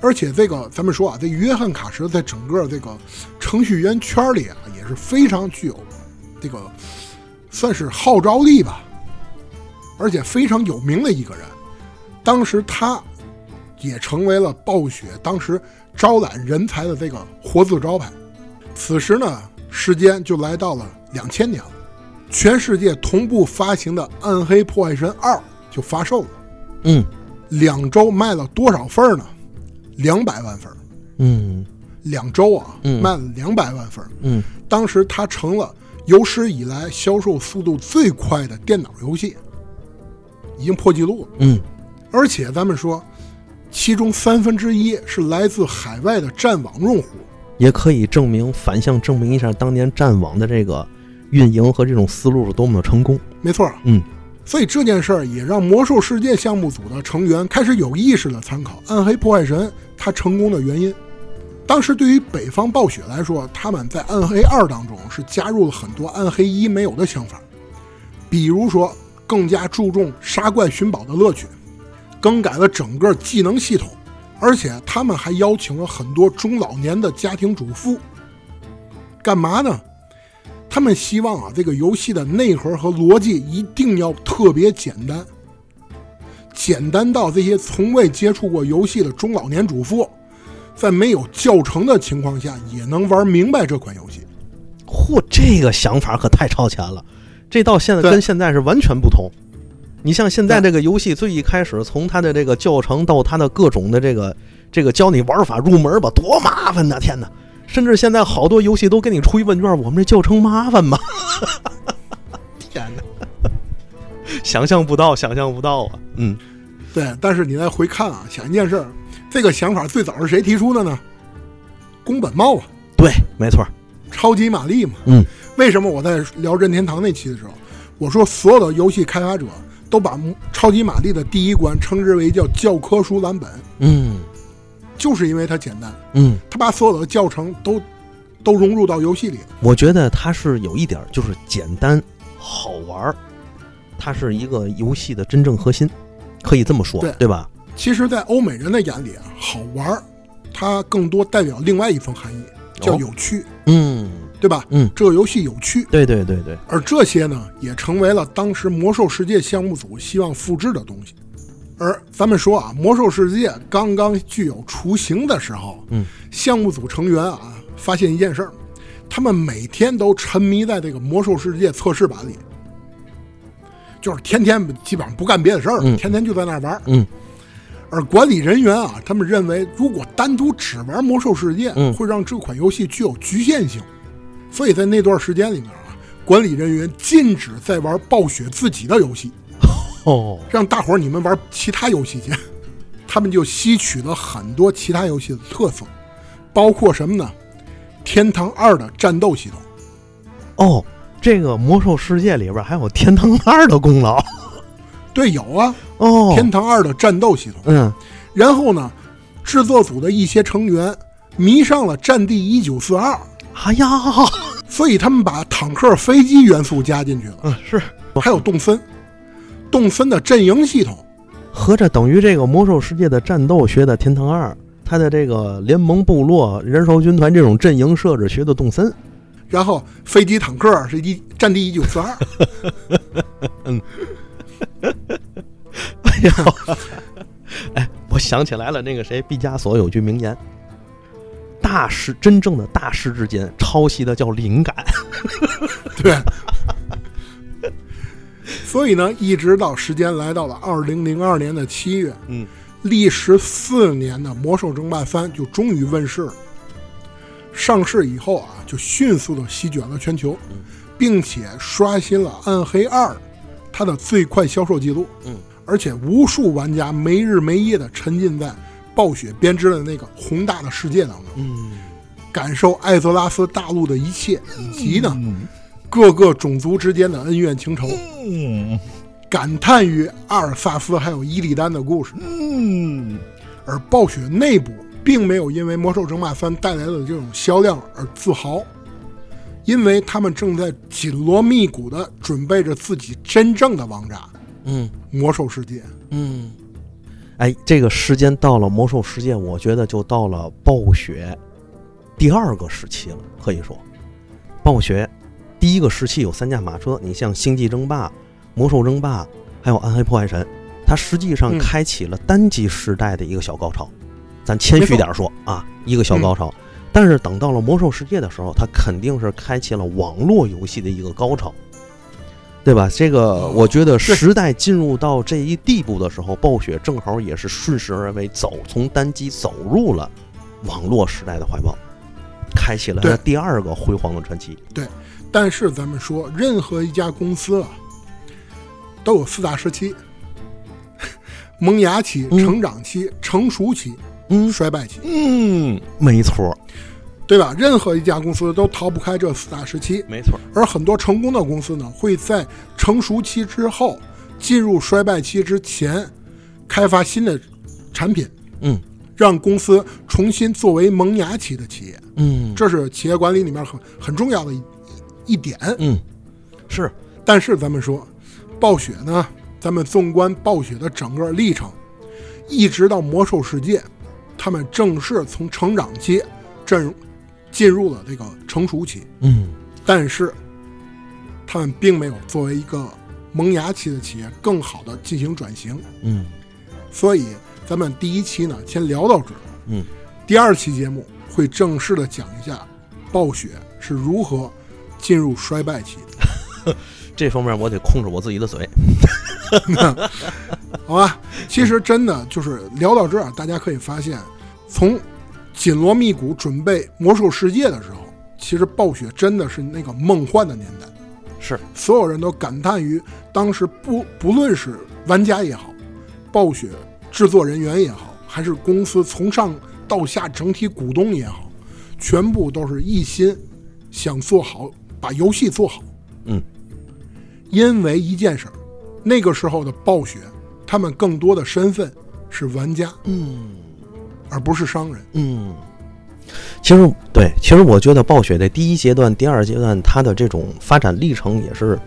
Speaker 2: 而且这个咱们说啊，这约翰卡什在整个这个程序员圈里啊，也是非常具有这个算是号召力吧，而且非常有名的一个人。当时他也成为了暴雪当时招揽人才的这个活字招牌。此时呢，时间就来到了两千年了，全世界同步发行的《暗黑破坏神二》就发售了，
Speaker 1: 嗯
Speaker 2: 两周卖了多少份儿呢？两百万份儿，
Speaker 1: 嗯
Speaker 2: 两周啊，
Speaker 1: 嗯
Speaker 2: 卖了两百万份儿。
Speaker 1: 嗯，
Speaker 2: 当时它成了有史以来销售速度最快的电脑游戏，已经破纪录了。
Speaker 1: 嗯，
Speaker 2: 而且咱们说，其中三分之一是来自海外的战网用户。
Speaker 1: 也可以证明反向证明一下当年战网的这个运营和这种思路是多么的成功。
Speaker 2: 没错，
Speaker 1: 嗯，
Speaker 2: 所以这件事儿也让魔兽世界项目组的成员开始有意识的参考《暗黑破坏神》它成功的原因。当时对于北方暴雪来说，他们在《暗黑二》当中是加入了很多《暗黑一》没有的想法，比如说更加注重杀怪寻宝的乐趣，更改了整个技能系统，而且他们还邀请了很多中老年的家庭主妇，干嘛呢？他们希望啊，这个游戏的内核和逻辑一定要特别简单，简单到这些从未接触过游戏的中老年主妇，在没有教程的情况下也能玩明白这款游戏。
Speaker 1: 嚯，这个想法可太超前了，这到现在
Speaker 2: 对
Speaker 1: 跟现在是完全不同。你像现在这个游戏最一开始，从它的这个教程到它的各种的这个这个教你玩法入门吧，多麻烦呐！天哪，甚至现在好多游戏都给你出一问卷，我们这教程麻烦吗？ [LAUGHS] 天哪，想象不到，想象不到啊！嗯，
Speaker 2: 对，但是你再回看啊，想一件事儿，这个想法最早是谁提出的呢？宫本茂啊，
Speaker 1: 对，没错，
Speaker 2: 超级玛丽嘛。
Speaker 1: 嗯，
Speaker 2: 为什么我在聊任天堂那期的时候，我说所有的游戏开发者都把超级玛丽的第一关称之为叫教科书蓝本？
Speaker 1: 嗯
Speaker 2: 就是因为它简单，
Speaker 1: 嗯，
Speaker 2: 它把所有的教程都都融入到游戏里。
Speaker 1: 我觉得它是有一点儿，就是简单好玩儿，它是一个游戏的真正核心，可以这么说，
Speaker 2: 对
Speaker 1: 吧？
Speaker 2: 其实，在欧美人的眼里啊，好玩儿，它更多代表另外一层含义，叫
Speaker 1: 哦
Speaker 2: 有趣，
Speaker 1: 嗯
Speaker 2: 对吧？
Speaker 1: 嗯，
Speaker 2: 这个游戏有趣，
Speaker 1: 对对对对，
Speaker 2: 而这些呢，也成为了当时魔兽世界项目组希望复制的东西。而咱们说啊，魔兽世界刚刚具有雏形的时候，
Speaker 1: 嗯，
Speaker 2: 项目组成员啊发现一件事儿，他们每天都沉迷在这个魔兽世界测试版里，就是天天基本上不干别的事儿，
Speaker 1: 嗯
Speaker 2: 天天就在那儿玩儿。
Speaker 1: 嗯
Speaker 2: 而管理人员啊，他们认为如果单独只玩魔兽世界，
Speaker 1: 嗯
Speaker 2: 会让这款游戏具有局限性，所以在那段时间里面啊，管理人员禁止再玩暴雪自己的游戏，
Speaker 1: 哦，
Speaker 2: 让大伙儿你们玩其他游戏去。他们就吸取了很多其他游戏的特色，包括什么呢？《天堂二》的战斗系统。
Speaker 1: 哦，这个魔兽世界里边儿还有天堂二的功劳
Speaker 2: 对，有啊，
Speaker 1: 哦
Speaker 2: 《天堂二》的战斗系统。
Speaker 1: 嗯
Speaker 2: 然后呢，制作组的一些成员迷上了《战地一九四二》。
Speaker 1: 哎呀，
Speaker 2: 所以他们把坦克、飞机元素加进去了，
Speaker 1: 嗯是，
Speaker 2: 还有动森，动森的阵营系统，
Speaker 1: 合着等于这个魔兽世界的战斗学的天堂二，它的这个联盟部落、燃烧军团这种阵营设置学的动森。
Speaker 2: 然后飞机、坦克是一战地一九四二，
Speaker 1: 哎呦，哎，我想起来了，那个谁，毕加索有句名言：“大师真正的大师之间抄袭的叫灵感。
Speaker 2: [LAUGHS] 对。所以呢，一直到时间来到了二零零二年的七月，”
Speaker 1: 嗯，
Speaker 2: 历时四年的《魔兽争霸三》就终于问世了。上市以后啊，就迅速的席卷了全球，
Speaker 1: 嗯
Speaker 2: 并且刷新了《暗黑二》它的最快销售记录。
Speaker 1: 嗯，
Speaker 2: 而且无数玩家没日没夜的沉浸在暴雪编织的那个宏大的世界当中，
Speaker 1: 嗯，
Speaker 2: 感受艾泽拉斯大陆的一切，以及呢各个种族之间的恩怨情仇，
Speaker 1: 嗯
Speaker 2: 感叹于阿尔萨斯还有伊利丹的故事。
Speaker 1: 嗯，
Speaker 2: 而暴雪内部并没有因为《魔兽争霸三》带来的这种销量而自豪，因为他们正在紧锣密鼓地准备着自己真正的王炸
Speaker 1: 嗯
Speaker 2: ——魔兽世界。
Speaker 1: 嗯，哎，这个时间到了魔兽世界，我觉得就到了暴雪第二个时期了。可以说，暴雪第一个时期有三驾马车，你像《星际争霸》《魔兽争霸》，还有《暗黑破坏神》，它实际上
Speaker 2: 嗯
Speaker 1: 开启了单机时代的一个小高潮。咱谦虚点说啊，一个小高潮。但是等到了魔兽世界的时候，它肯定是开启了网络游戏的一个高潮，对吧？这个
Speaker 2: 哦
Speaker 1: 我觉得
Speaker 2: 对
Speaker 1: 时代进入到这一地步的时候，暴雪正好也是顺势而为，走从单机走入了网络时代的怀抱，开启了它
Speaker 2: 对
Speaker 1: 第二个辉煌的传奇。
Speaker 2: 但是咱们说，任何一家公司啊，都有四大时期： [LAUGHS] 萌芽期、
Speaker 1: 嗯
Speaker 2: 成长期、成熟期、
Speaker 1: 嗯
Speaker 2: 衰败期，
Speaker 1: 嗯，没错，
Speaker 2: 对吧？任何一家公司都逃不开这四大时期。
Speaker 1: 没错，
Speaker 2: 而很多成功的公司呢，会在成熟期之后进入衰败期之前，开发新的产品，
Speaker 1: 嗯
Speaker 2: 让公司重新作为萌芽期的企业，
Speaker 1: 嗯
Speaker 2: 这是企业管理里面很很重要的一一点。
Speaker 1: 嗯，是
Speaker 2: 但是咱们说，暴雪呢，咱们纵观暴雪的整个历程，一直到魔兽世界，他们正式从成长期进进入了这个成熟期。
Speaker 1: 嗯
Speaker 2: 但是他们并没有作为一个萌芽期的企业更好的进行转型，
Speaker 1: 嗯
Speaker 2: 所以咱们第一期呢先聊到这儿，
Speaker 1: 嗯
Speaker 2: 第二期节目会正式的讲一下暴雪是如何进入衰败期的，
Speaker 1: 这方面我得控制我自己的嘴。
Speaker 2: [LAUGHS] 好吧？其实真的就是聊到这儿，大家可以发现，从紧锣密鼓准备魔兽世界的时候，其实暴雪真的是那个梦幻的年代。
Speaker 1: 是，
Speaker 2: 所有人都感叹于当时不不论是玩家也好，暴雪制作人员也好，还是公司从上到下整体股东也好，全部都是一心想做好，把游戏做好。
Speaker 1: 嗯，
Speaker 2: 因为一件事儿，那个时候的暴雪，他们更多的身份是玩家，
Speaker 1: 嗯。
Speaker 2: 而不是商人。
Speaker 1: 嗯，其实对，其实我觉得暴雪的第一阶段、第二阶段，它的这种发展历程也是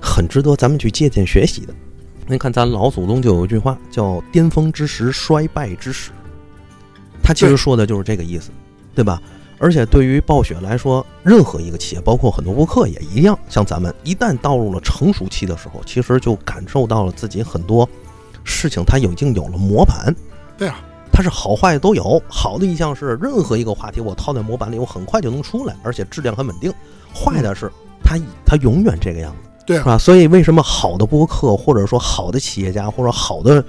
Speaker 1: 很值得咱们去借鉴学习的。您看，咱老祖宗就有一句话叫“巅峰之时，衰败之始”，他其实
Speaker 2: 对
Speaker 1: 说的就是这个意思，对吧？而且对于暴雪来说，任何一个企业，包括很多播客也一样，像咱们一旦到入了成熟期的时候，其实就感受到了自己很多事情它已经有了模板，
Speaker 2: 对啊，
Speaker 1: 它是好坏都有。好的一项是任何一个话题我套在模板里，我很快就能出来，而且质量很稳定。坏的是它以它永远这个样子，
Speaker 2: 嗯对
Speaker 1: 是
Speaker 2: 啊，
Speaker 1: 吧？所以为什么好的播客或者说好的企业家或者好的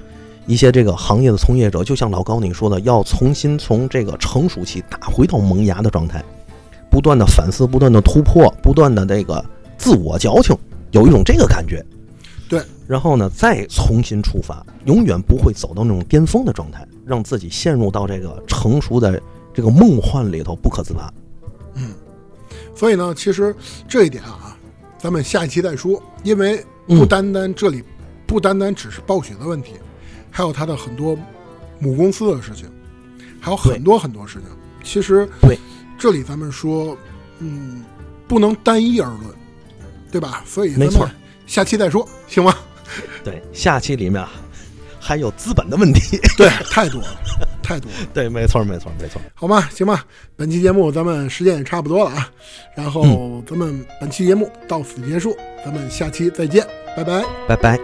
Speaker 1: 一些这个行业的从业者，就像老高你说的，要重新从这个成熟期打回到萌芽的状态，不断的反思，不断的突破，不断的这个自我矫情，有一种这个感觉。
Speaker 2: 对，
Speaker 1: 然后呢，再重新出发，永远不会走到那种巅峰的状态，让自己陷入到这个成熟的这个梦幻里头不可自拔。
Speaker 2: 所以呢，其实这一点啊，咱们下一期再说，因为
Speaker 1: 嗯
Speaker 2: 不单单这里，不单单只是暴雪的问题，还有它的很多母公司的事情，还有很多很多事情。其实，
Speaker 1: 对，
Speaker 2: 这里咱们说，嗯，不能单一而论，对吧？所以，
Speaker 1: 没错，
Speaker 2: 下期再说，行吗？
Speaker 1: 对，下期里面啊，还有资本的问题。
Speaker 2: 对，太多了，太多了，
Speaker 1: 对，没错，没错，没错。
Speaker 2: 好吧，行吧，本期节目咱们时间也差不多了啊，然后咱们本期节目到此结束，咱们下期再见，拜拜。
Speaker 1: 拜拜。